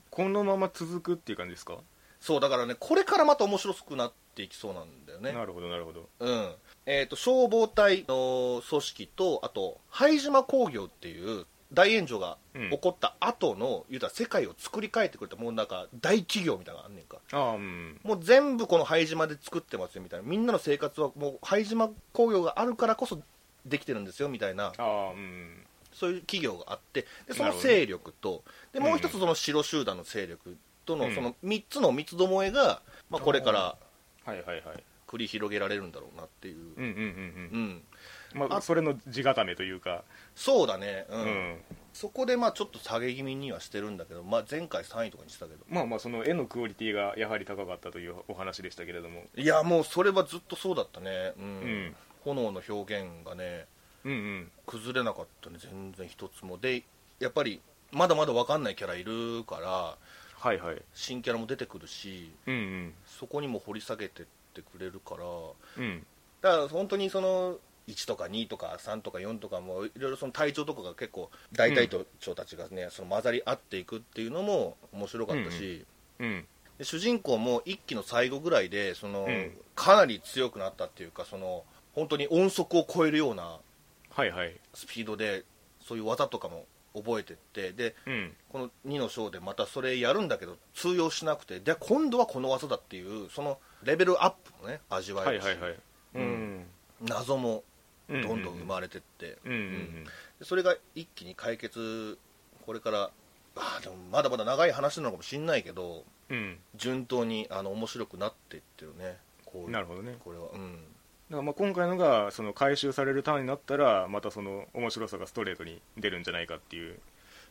このまま続くっていう感じですか、
そうだからねこれからまた面白くなっていきそうなんだよね
なるほどなるほど
うんえー、と消防隊の組織とあと拝島工業っていう大炎上が起こった後の、言うたら世界を作り変えてくれたもうなんか大企業みたいなのがあんねんか
ああうん
もう全部この拝島で作ってますよみたいなみんなの生活はもう拝島工業があるからこそできてるんですよみたいな
ああうん
そういう企業があってでそ
なる
の
ほどね
勢力とでもう一つその白集団の勢力との
うん
その3つの三つどもえが、まあ、これから
はいはいはい
繰り広げられるんだろうなっていう、
うんうんう
う
ん
ん、
うんまあ
あ
それの地固めというか
そうだね、うん
うん、
そこでまあちょっと下げ気味にはしてるんだけど、まあ、前回3位とかにしてたけど
まあまあその絵のクオリティがやはり高かったというお話でしたけれども
いやもうそれはずっとそうだったね、うん
うん
炎の表現がね
うんうん
崩れなかったね全然一つもでやっぱりまだまだ分かんないキャラいるから
はいはい
新キャラも出てくるし
うんうん
そこにも掘り下げてってくれるから
うん
だから本当にその1とか2とか3とか4とかもいろいろその隊長とかが結構大隊長たちがね、その混ざり合っていくっていうのも面白かったし、
うん
で主人公も1期の最後ぐらいでその、
うん
かなり強くなったっていうかその本当に音速を超えるような
はいはい
スピードでそういう技とかも覚えてってで
うん
この2の章でまたそれやるんだけど通用しなくてで今度はこの技だっていうそのレベルアップもね味わ
は
え
い
るし、
はいはいうん
謎も
ど
どんどん生まれてって、
うんうん
でそれが一気に解決これからあーでもまだまだ長い話なのかもしんないけど
うん
順当にあの面白くなっていってるねこう
なるほどね
これはうん
だからまあ今回のがその回収される単位になったらまたその面白さがストレートに出るんじゃないかっていう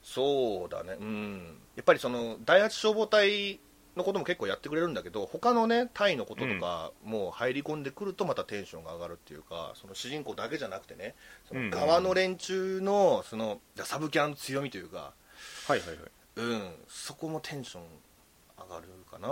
そうだねうんやっぱりその第八消防隊のことも結構やってくれるんだけど他のね隊のこととかもう入り込んでくるとまたテンションが上がるっていうかその主人公だけじゃなくてねそ
うん
の側の連中のそのサブキャンの強みというか
はいはいはい
うんそこもテンション上がるかな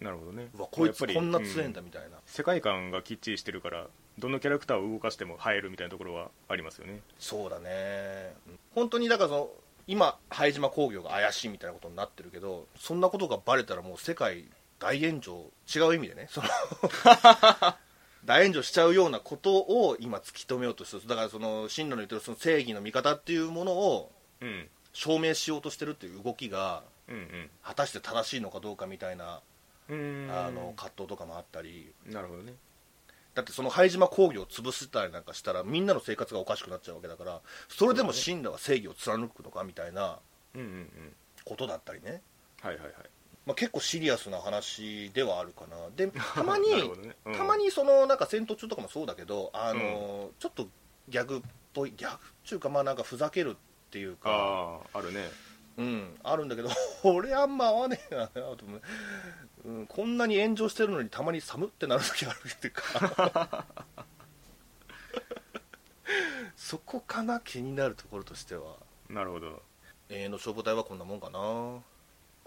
なるほどね
うわこいつ
やっぱり
こんな強いんだ
う
みたいな、
世界観がきっちりしてるからどのキャラクターを動かしても映えるみたいなところはありますよね
そうだねうん本当にだからその今拝島工業が怪しいみたいなことになってるけどそんなことがバレたらもう世界大炎上違う意味でねそ
(laughs)
の大炎上しちゃうようなことを今突き止めようとしてるだからその進路の言ってるその正義の味方っていうものを
うん
証明しようとしてるっていう動きが
うん
果たして正しいのかどうかみたいな
うんうーん
あの葛藤とかもあったり
なるほどね
だってその拝島工業を潰したりなんかしたらみんなの生活がおかしくなっちゃうわけだからそれでも神羅は正義を貫くのかみたいな
うんうんうん
ことだったりね、
はいはいはい
まあ、結構シリアスな話ではあるかな
(laughs)
でたまに、
なるほどねうん
たまにそのなんか戦闘中とかもそうだけどあの、ちょっとギャグっぽいギャグっていうかまあなんかふざけるっていうか
あああるね
うん、あるんだけど (laughs) 俺あんま合わねえなと思う、うん、こんなに炎上してるのにたまに寒ってなる時あるっていうか (laughs) そこかな気になるところとしては
なるほど
永遠の消防隊はこんなもんかな
こ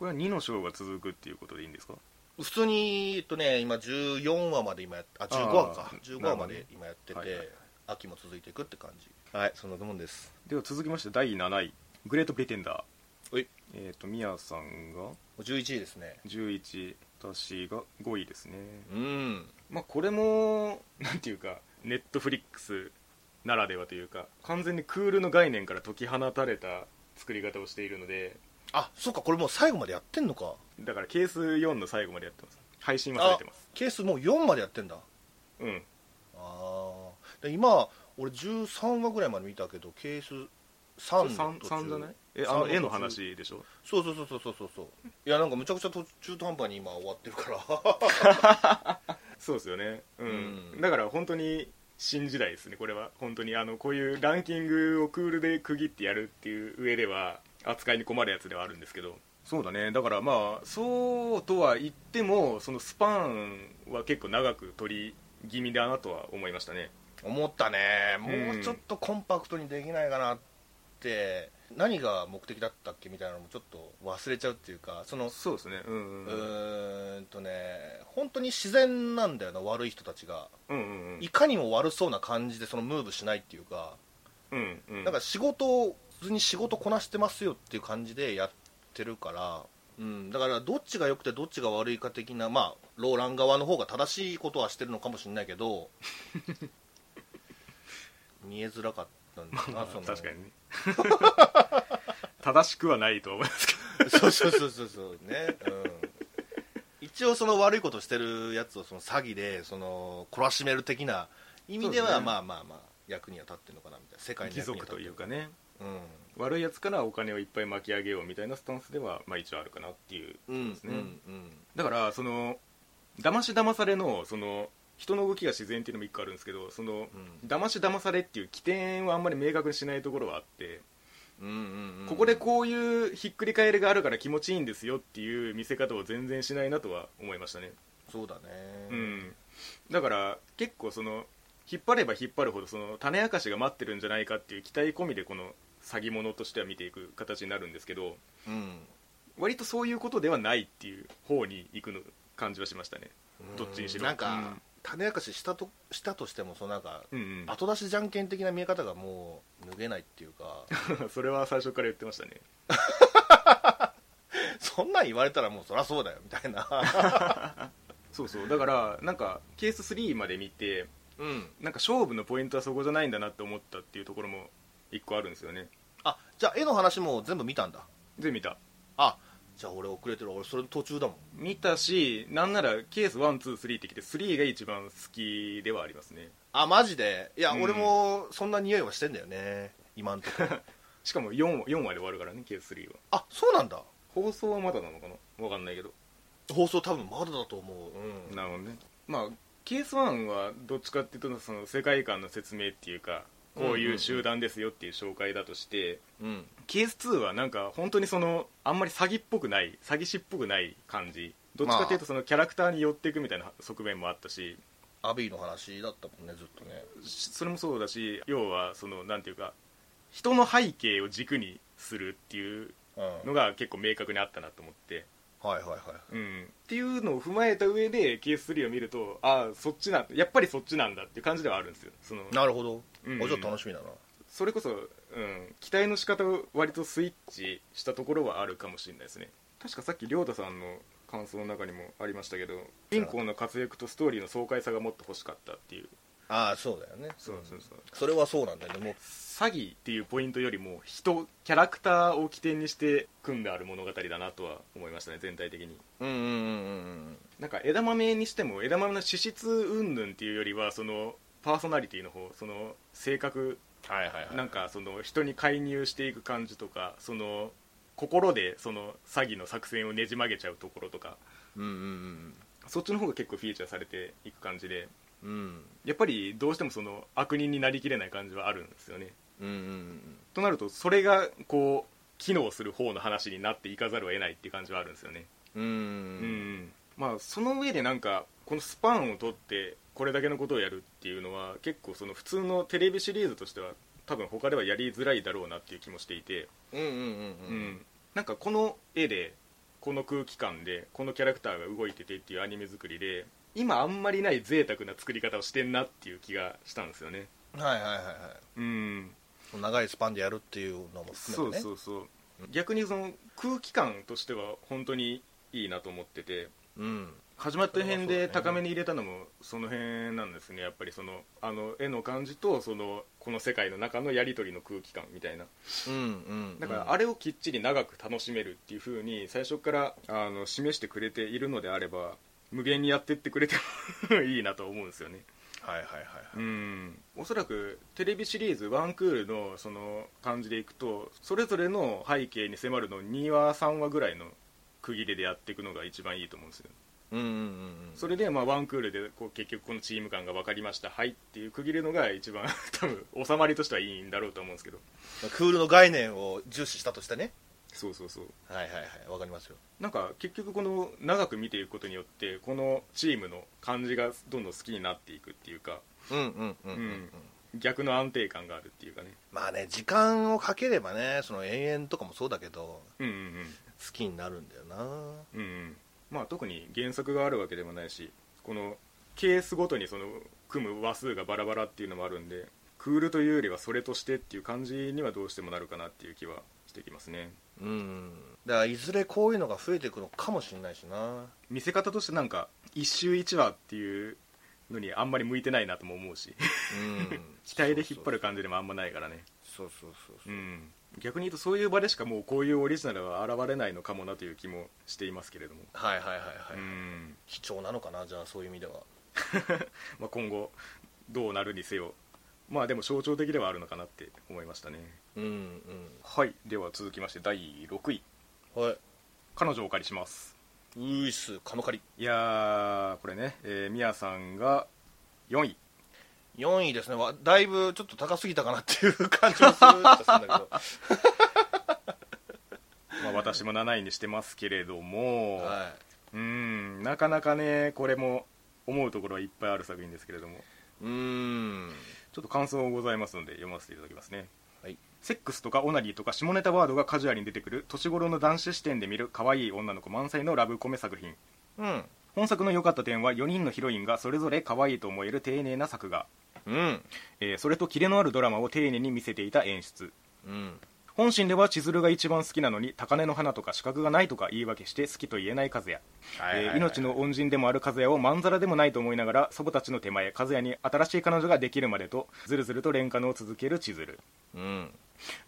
れは2の章が続くっていうことでいいんですか
普通に、えっとね、今14話まで今やっあ15話か
あー
15
なる
話
ほど
ま
ね
で今やってて、
はいはい
秋も続いていくって感じはいそんなもんです
では続きまして第7位グレート・プリテンダー
おい
えっ、とミヤさんが
11位ですね
11私が5位ですね
うん
まあこれもなんていうかネットフリックスならではというか完全にクールの概念から解き放たれた作り方をしているので
あそっかこれもう最後までやってんのか
だからケース4の最後までやってます配信はされてます
ケースもう4までやってんだ
うん
ああ今俺13話ぐらいまで見たけどケース
3,
3の途中
3じゃないえあ
三
の
の途中
絵の話でしょ
そうそうそうそうそうそうそういやなんかむちゃくちゃ途中途半端に今終わってるから (laughs)
そうですよねうん、
うん
だから本当に新時代ですねこれは本当にあのこういうランキングをクールで区切ってやるっていう上では扱いに困るやつではあるんですけどそうだねだからまあそうとは言ってもそのスパンは結構長く取り気味だなとは思いましたね
思ったねもうんうちょっとコンパクトにできないかなって、何が目的だったっけみたいなのもちょっと忘れちゃうっていうかその
そうですねうん
う
うんうん
ーんとね本当に自然なんだよな悪い人たちが
うんうん
いかにも悪そうな感じでそのムーブしないっていうか、
うんうん
なんか仕事を普通に仕事こなしてますよっていう感じでやってるから、うん、だからどっちが良くてどっちが悪いか的なまあローラン側の方が正しいことはしてるのかもしれない
(laughs)
けど見えづらかったんだな、
まあ
その
確かにね (laughs) 正しくはないとは思いますけど
(laughs) そうそうそうそうそうね、うん、一応その悪いことしてるやつをその詐欺でその懲らしめる的な意味で
そうで
は
すね
まあまあまあ役には立ってるのかなみたいな世界に
貴
役に
族
は立
と
って
い
る
うかね
うん
悪いやつからお金をいっぱい巻き上げようみたいなスタンスでは、まあ、一応あるかなっていう
うん
ですね
うんうん
だからその騙し騙されのその人の動きが自然っていうのも一個あるんですけどその、
う
騙し騙されっていう起点はあんまり明確にしないところはあって、
うんうん
ここでこういうひっくり返りがあるから気持ちいいんですよっていう見せ方を全然しないなとは思いましたね
そうだね
うん、だから結構その引っ張れば引っ張るほどその種明かしが待ってるんじゃないかっていう期待込みでこの詐欺物としては見ていく形になるんですけど
うん
割とそういうことではないっていう方に行くの感じはしましたねどっちにしろ
なんか、
うん
種明かししたとしたとしてもそのなんか、
うんうん
後出しじゃんけん的な見え方がもう脱げないってい
(laughs)
うか
それは最初から言ってましたね
そんなん言われたらもうそりゃそうだよみたいな
そうそうだからなんかケース3まで見て
(laughs) うん
なんか勝負のポイントはそこじゃないんだなって思ったっていうところも一個あるんですよね
あじゃあ絵の話も全部見たんだ
で見た
あじゃあ俺遅れてる俺それ途中だもん
見たしなんならケース123ってきて3が一番好きではありますね
あマジでいや、
うん (laughs)
俺もそんな匂いはしてんだよね今んとこ
しかも 4, 4話で終わるからね Q3 は
あそうなんだ
放送はまだなのかな分かんないけど
放送多分まだだと思う、うん
なるほどねまあ KS1 はどっちかっていうとその世界観の説明っていうかこういう集団ですよっていう紹介だとして、
うん、
KS2 はなんか本当にそのあんまり詐欺っぽくない詐欺師っぽくない感じどっちかっていうとそのキャラクターに寄っていくみたいな側面もあったし
アビーの話だったもんねずっとね
しそれもそうだし要はそのなんていうか人の背景を軸にするっていう
うん
のが結構明確にあったなと思って、
はいはいは
う
い
ん、っていうのを踏まえた上で KS3 を見るとああそっちなんやっぱりそっちなんだっていう感じではあるんですよその
なるほど、
うん
あじゃあ楽しみだな
それこそ、うん、期待の仕方を割とスイッチしたところはあるかもしれないですね確かさっき亮太さんの感想の中にもありましたけど主人公の活躍とストーリーの爽快さがもっと欲しかったっていう
ああそうだよね
そうそうそう
それはそうなんだよねもう
詐欺っていうポイントよりも人キャラクターを起点にして組んである物語だなとは思いましたね全体的に
うんうんうんうん
なんか枝豆にしても枝豆の資質云々っていうよりはそのパーソナリティの方その性格
はいはい
なんかその人に介入していく感じとかその心でその詐欺の作戦をねじ曲げちゃうところとか
うんうん
そっちの方が結構フィーチャーされていく感じで
うんうん
やっぱりどうしてもその悪人になりきれない感じはあるんですよね
うんうん
となるとそれがこう機能する方の話になっていかざるを得ないっていう感じはあるんですよね
うんう
うんんまあその上でなんかこのスパンを取ってこれだけのことをやるっていうのは結構その普通のテレビシリーズとしては多分他ではやりづらいだろうなっていう気もしていて
うんうん
う
うん
ん、なんかこの絵でこの空気感でこのキャラクターが動いててっていうアニメ作りで今あんまりない贅沢な作り方をしてんなっていう気がしたんですよね
うんはいはいはいは
うん
い長いスパンでやるっていうのも
そ
含め
う
て
そ
ね
うそう逆にその空気感としては本当にいいなと思ってて
うん
始まった辺
そ
で
れはそうだね
高めに入れたのもその辺なんですねやっぱりそのあの絵の感じとそのこの世界の中のやり取りの空気感みたいな
うんうん
だからあれをきっちり長く楽しめるっていう風に最初からあの示してくれているのであれば無限にやってってくれても (laughs) いいなと思うんですよね
はいはいはいはい
うんおそらくテレビシリーズワンクールのその感じでいくとそれぞれの背景に迫るの2話3話ぐらいの区切りでやっていくのが一番いいと思うんですよ
うんうんうん
それでまあワンクールでこう結局このチーム感が分かりましたはいっていう区切るのが一番多分収まりとしてはいいんだろうと思うんですけど
クールの概念を重視したとしてね
そうそうそう
はいはいはいわかりますよ
なんか結局この長く見ていくことによってこのチームの感じがどんどん好きになっていくっていうか
うんうんうんうん
う
う
んん逆の安定感があるっていうかね
まあね時間をかければねその延々とかもそうだけど
うんうん
好きになるんだよな
うんうんうんまあ特に原作があるわけでもないしこのケースごとにその組む話数がバラバラっていうのもあるんでクールというよりはそれとしてっていう感じにはどうしてもなるかなっていう気はしてきますね
うんだからいずれこういうのが増えていくのかもしれないしな
見せ方としてなんか一周一話っていうのにあんまり向いてないなとも思うし
うん
(laughs) 期待で引っ張る感じでもあんまないからね、
そうそうそうそううん
逆に言うとそういう場でしかもうこういうオリジナルは現れないのかもなという気もしていますけれども、
はいはいはいはい、
うん
貴重なのかなじゃあそういう意味では
まあ、今後どうなるにせよまあでも象徴的ではあるのかなって思いましたね
うん
はいでは続きまして第6位
うんはい
彼女をお借りします
ウーイスカムカリ
いやーこれねえーミヤ、さんが4位
4位ですねわだいぶちょっと高すぎたかなっていう感じもするっちゃするんだけど
まあ、私も7位にしてますけれども、 (laughs)
は
うんなかなかねこれも思うところはいっぱいある作品ですけれども
いうーん
ちょっと感想ございますので読ませていただきますね
はい
セックスとかオナニーとか下ネタワードがカジュアルに出てくる年頃の男子視点で見る可愛い女の子満載のラブコメ作品
うん
本作の良かった点は4人のヒロインがそれぞれ可愛いと思える丁寧な作画、
うん
えーそれとキレのあるドラマを丁寧に見せていた演出
うん
本心では千鶴が一番好きなのに高嶺の花とか資格がないとか言い訳して好きと言えない和也
はいはい
え
は
ー
い
命の恩人でもある和也をまんざらでもないと思いながら祖母たちの手前和也に新しい彼女ができるまでとずるずると連歌のを続ける千鶴
うん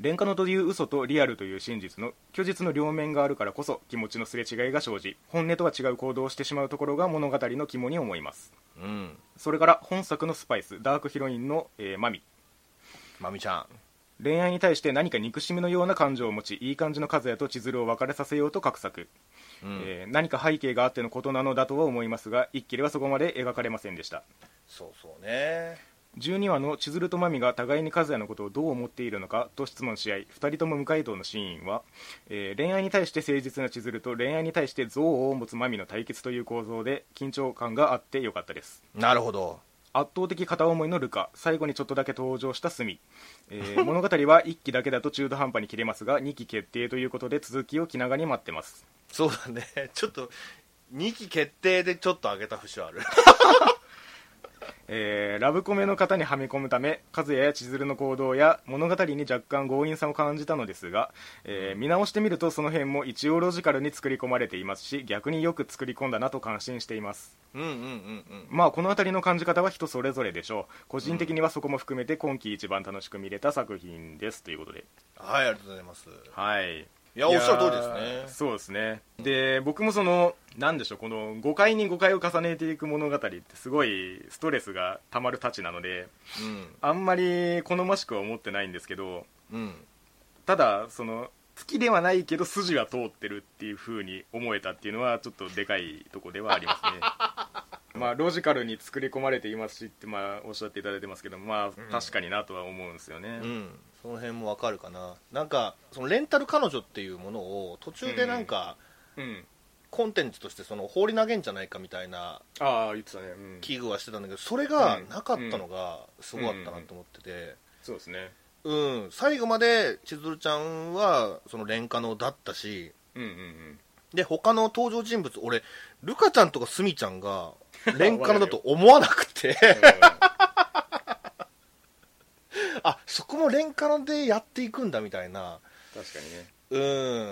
レンカノという嘘とリアルという真実の虚実の両面があるからこそ気持ちのすれ違いが生じ本音とは違う行動をしてしまうところが物語の肝に思います
うん
それから本作のスパイスダークヒロインの、えーマミ
まみちゃん
恋愛に対して何か憎しみのような感情を持ちいい感じの和也と千鶴を別れさせようと画策、
うん
えー何か背景があってのことなのだとは思いますが一気ではそこまで描かれませんでした
そうそうね
12話の千鶴とまみが互いに和也のことをどう思っているのかと質問し合い2人とも無回答のシーンは、えー恋愛に対して誠実な千鶴と恋愛に対して憎悪を持つまみの対決という構造で緊張感があってよかったです
なるほど
圧倒的片思いのルカ最後にちょっとだけ登場したスミ、えー物語は1期だけだと中途半端に切れますが2期決定ということで続きを気長に待ってます
そうだね (laughs) ちょっと2期決定でちょっと上げた節はある (laughs)
えーラブコメの方にはめ込むため和也や千鶴の行動や物語に若干強引さを感じたのですが、えー見直してみるとその辺も一応ロジカルに作り込まれていますし逆によく作り込んだなと感心しています
うんうんうんうん
まあこの辺りの感じ方は人それぞれでしょう個人的にはそこも含めて今季一番楽しく見れた作品ですということで
はいありがとうございます
はいい
いやおっしゃる通りですね
やーそうですねで僕もそのなんでしょうこの誤解に誤解を重ねていく物語ってすごいストレスがたまるたちなのであんまり好ましくは思ってないんですけど
うんうん
ただその好きではないけど筋は通ってるっていう風に思えたっていうのはちょっとでかいとこではありますね (laughs) まあロジカルに作り込まれていますしってまあおっしゃっていただいてますけどまあ確かになとは思うんですよね、
うんその辺もわかるかななんかそのレンタル彼女っていうものを途中でなんか、
うん
コンテンツとしてその放り投げんじゃないかみたいな
ああ言ってたね、うん
危惧はしてたんだけどそれが
うん
なかったのがすごかったなと思ってて、
そうですね
うん、最後まで千鶴ちゃんはその連歌のだったし
うん (laughs) うんうん
で他の登場人物俺ルカちゃんとかスミちゃ
(laughs)
んが連歌のだと思わなくて (laughs) あそこも連歌のでやっていくんだみたいな
確かにね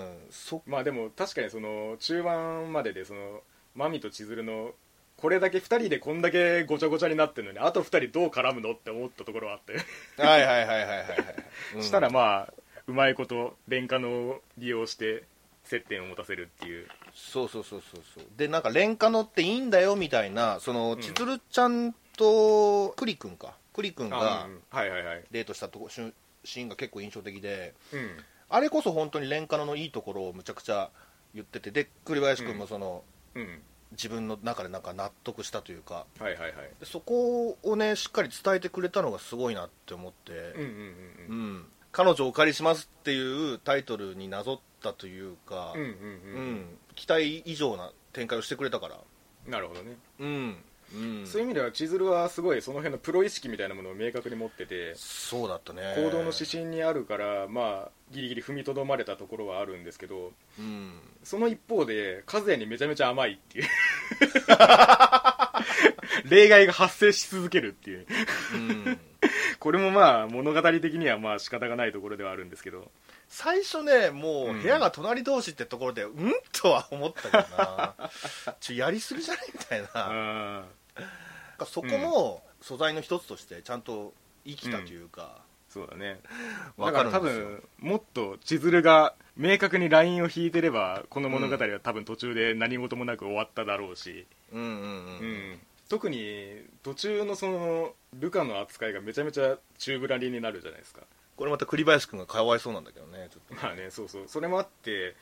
うんそ
まあでも確かにその中盤まででそのマミと千鶴のこれだけ2人でこんだけごちゃごちゃになってるのにあと2人どう絡むのって思ったところはあって、
はいはいはいはいはいはい、うん
したらまあうまいこと連歌の利用して接点を持たせるっていう
そうそうそうそうそうでなんか廉価のっていいんだよみたいなその千鶴ちゃんと栗くんか栗くんが
うんはいはいはい
デートしたとこシュンシーンが結構印象的で
うん
あれこそ本当に廉価ののいいところをむちゃくちゃ言っててで栗林くんもその、
うん
自分の中でなんか納得したというか
はいはいはい
でそこをねしっかり伝えてくれたのがすごいなって思って、
うんうん
うん彼女をお借りしますっていうタイトルになぞったというか、
うんうんうんう
う
んうん
ん期待以上な展開をしてくれたから
なるほどね、
うん、うん、
そういう意味では千鶴はすごいその辺のプロ意識みたいなものを明確に持ってて
そうだったね
行動の指針にあるから、まあ、ギリギリ踏みとどまれたところはあるんですけど
うん
その一方で和也にめちゃめちゃ甘いっていう (laughs) 例外が発生し続けるっていう
うん、 (laughs)
これもまあ物語的にはまあ仕方がないところではあるんですけど
最初ねも
う
うん部屋が隣同士ってところでうんとは思ったけどなちょやりすぎじゃないみたいななん
あ
かそこも素材の一つとしてちゃんと生きたというか、
そうだね
わ
だか
かる
ら
ん
多
ですよ
分もっと千鶴が明確にラインを引いてればこの物語は多分途中で何事もなく終わっただろうし、
うんうんう、
うんん特に途中のそのルカの扱いがめちゃめちゃ宙ぶらりんになるじゃないですか
これまた栗林君がかわいそうなんだけどねちょっと
まあねそうそうそれもあって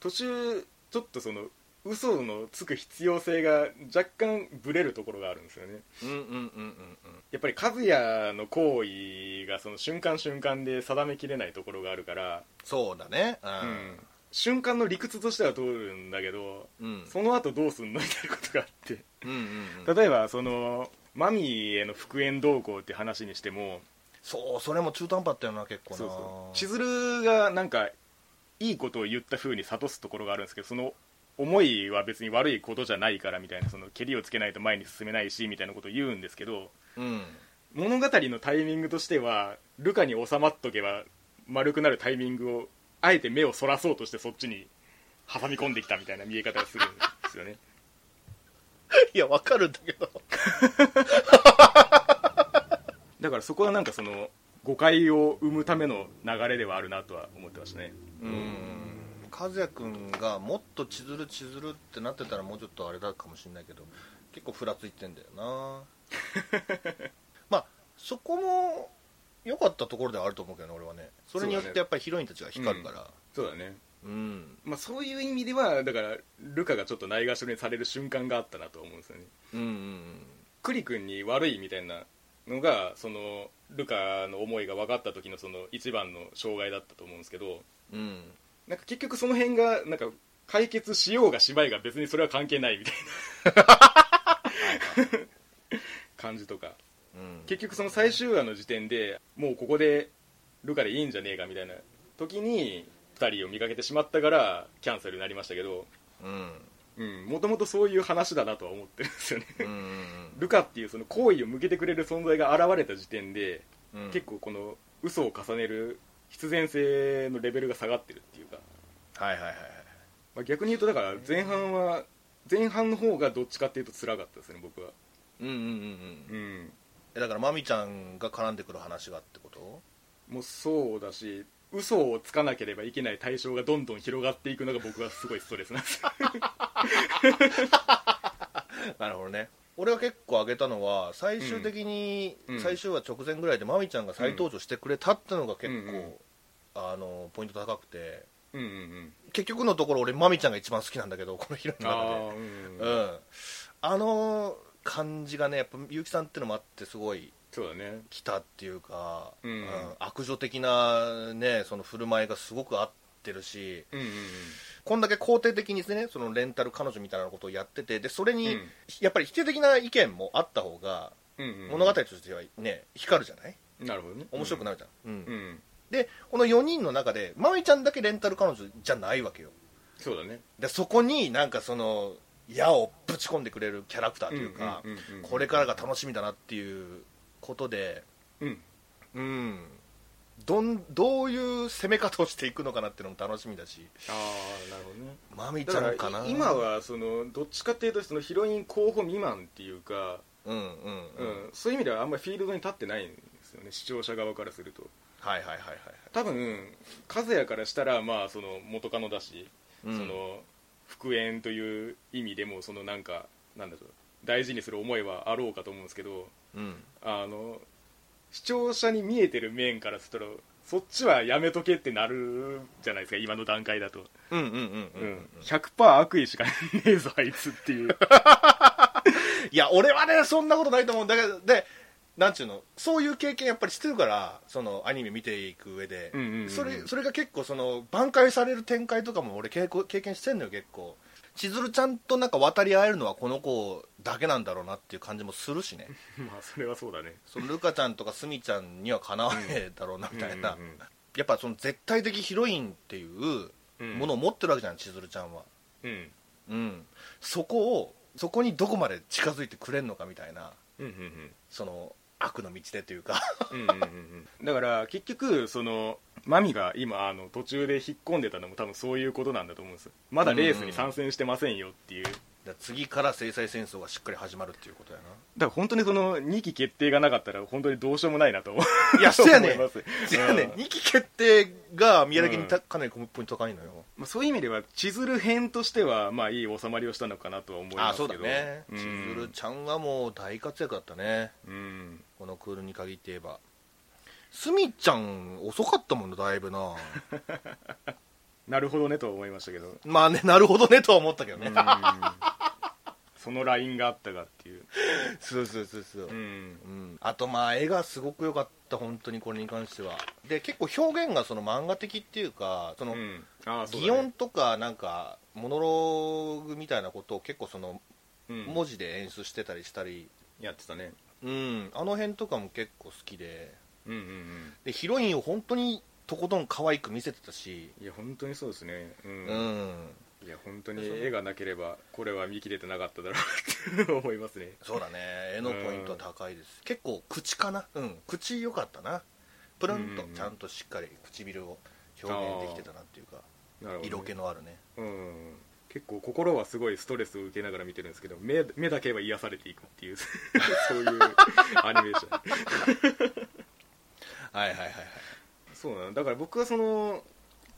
途中ちょっとその嘘のつく必要性が若干ブレるところがあるんですよね
うんうんうんうん
やっぱり和也の行為がその瞬間瞬間で定めきれないところがあるから、
そうだねう
うん
ん、
瞬間の理屈としては通るんだけど
うん
その後どうすんのみたいなことがあって
うんうんうん、
例えばそのマミーへの復縁動向って話にしても
そうそれも中途半端だったよな結構な
そうそう千鶴がなんかいいことを言った風に諭すところがあるんですけどその思いは別に悪いことじゃないからみたいなそのけりをつけないと前に進めないしみたいなことを言うんですけど
うん
物語のタイミングとしてはルカに収まっとけば丸くなるタイミングをあえて目をそらそうとしてそっちに挟み込んできたみたいな見え方をするんですよね
いやわかるんだけど
だからそこはなんかその誤解を生むための流れではあるなとは思ってましたね
うん和也君がもっと千鶴千鶴ってなってたらもうちょっとあれだかもしれないけど結構ふらついてんだよなまあそこも良かったところではあると思うけどね俺はねそれによっ
そうだね
てやっぱりヒロインたちが光るから
そうだね、
うん、
まあ、そういう意味ではだからルカがちょっとないがしろにされる瞬間があったなと思うんですよね
うんうんうん
クリ君に悪いみたいなのがそのルカの思いが分かった時のその一番の障害だったと思うんですけど
うん
なんか結局その辺がなんか解決しようがしまいが別にそれは関係ないみたいな感じとか
うん
結局その最終話の時点でもうここでルカでいいんじゃねえかみたいな時に2人を見かけてしまったからキャンセルになりましたけど
うん
もともとそういう話だなとは思ってるんですよね (laughs)
うんうん
ルカっていうその好意を向けてくれる存在が現れた時点で、
うん
結構この嘘を重ねる必然性のレベルが下がってるっていうか、
はいはいはい
まあ、逆に言うとだから前半は前半の方がどっちかっていうと辛かったですね僕は
うんうんうんうん
うん
えだからマミちゃんが絡んでくる話がってこと
もうそうだし嘘をつかなければいけない対象がどんどん広がっていくのが僕はすごいストレスなんですよ
なるほどね俺は結構挙げたのは最終的に、
うん
最終話直前ぐらいでまみちゃんが再登場してくれたってのが結
うんうん
構、あのポイント高くて
(laughs) うんうんうん
結局のところ俺まみちゃんが一番好きなんだけどこのヒロインの中で
ああうん、
うん、あの感じがねやっぱ結城さんってのもあってすごい
そうだね
来たっていうか、
うん
悪女的なねその振る舞いがすごく合ってるし
うんうん
こんだけ肯定的にですねそのレンタル彼女みたいなことをやっててでそれに、
うん
やっぱり否定的な意見もあった方が
うんうんうん
物語としてはね光るじゃない
なるほどね
面白くな
る
るじゃん、うん
うん、うん、
でこの4人の中でまみちゃんだけレンタル彼女じゃないわけよ
そうだね
でそこになんかその矢をぶち込んでくれるキャラクターというか、
うんうんうんうん
これからが楽しみだなっていうことで
うん
うんどんどういう攻め方をしていくのかなっていうのも楽しみだし
ああなるほどね
まみ
だ
ちゃん
か
からない
今はそのどっちかっていうとそのヒロイン候補未満っていうか、
うんうんうん、
うんそういう意味ではあんまりフィールドに立ってないんですよね視聴者側からすると
はいはいはいはいはい
多分和也からしたらまあその元カノだし、
うん
その復縁という意味でもそのなんかなんだろう大事にする思いはあろうかと思うんですけど
うん
あの視聴者に見えてる面からするとそっちはやめとけってなるじゃないですか今の段階だと
うんうんうんうん、うん、
100%悪意しかねえぞあいつっていう
いや俺はねそんなことないと思うんだけどでなんちゅうのそういう経験やっぱりしてるからそのアニメ見ていく上で、
うんうんうん
それそれが結構その挽回される展開とかも俺経経験してんのよ結構千鶴ちゃんとなんか渡り合えるのはこの子だけなんだろうなっていう感じもするしね
(laughs) まあそれはそうだね
そのルカちゃんとかスミちゃんにはかなわねえだろうなみたいな、
うんうんうん
やっぱその絶対的ヒロインっていうものを持ってるわけじゃん千鶴ちゃんは
うん
うんそこをそこにどこまで近づいてくれんのかみたいな
うんうん
その悪の道でというか (laughs)
うんうんうんうんうんだから結局そのマミが今あの途中で引っ込んでたのも多分そういうことなんだと思うんですまだレースに参戦してませんよっていうだか
だから次から制裁戦争がしっかり始まるっていうことやな
ら本当にその2期決定がなかったら本当にどうしようもないなと思う
い (laughs) やそうやね
思いま
ん
す
そうやね
う
ん
ん
2期決定が宮崎にたかなりポイント高いのよ、
まあ、そういう意味では千鶴編としてはまあいい収まりをしたのかなとは思い
あ
ま
あ
す
そ
け
う
ど
だね
うん
千鶴ちゃんはもう大活躍だったね
うん
このクールに限って言えばスミちゃん遅かったもんなだいぶな (laughs)
なるほどねとは思いましたけど
まあねなるほどねとは思ったけど
う
ね、
んそのラインがあったかっていう、
そうそうそうそう、
ん
うん、あとまあ絵がすごく良かった本当にこれに関してはで結構表現がその漫画的っていうかその、
うん、ああそう
擬
だ、
音
ね、
とかなんかモノローグみたいなことを結構その
うん
文字で演出してたりしたり、
やってたね
うんあの辺とかも結構好きで
うんうんうん
でヒロインを本当にとことん可愛く見せてたし、
いや本当にそうですねう、
うんん
いや本当に絵がなければこれは見切れてなかっただろうって思いますね
そうだね絵のポイントは高いです、結構口かな、うん、口良かったなプルンと
うんうん
ちゃんとしっかり唇を表現できてたなっていうか
なるほどね
色気のあるね
うん結構心はすごいストレスを受けながら見てるんですけど目目だけは癒されていくっていう (laughs) そういうアニメーション
はいはいはいはい
そうなのだから僕はその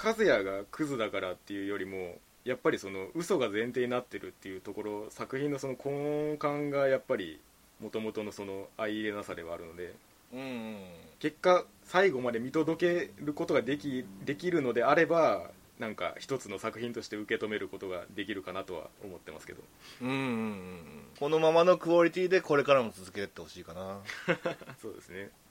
和也がクズだからっていうよりもやっぱりその嘘が前提になってるっていうところ作品のその根幹がやっぱりもともとのその相入れなさではあるので
うんうん
結果最後まで見届けることができできるのであればなんか一つの作品として受け止めることができるかなとは思ってますけど
うんうんうんこのままのクオリティでこれからも続けてってほしいかな
そうですね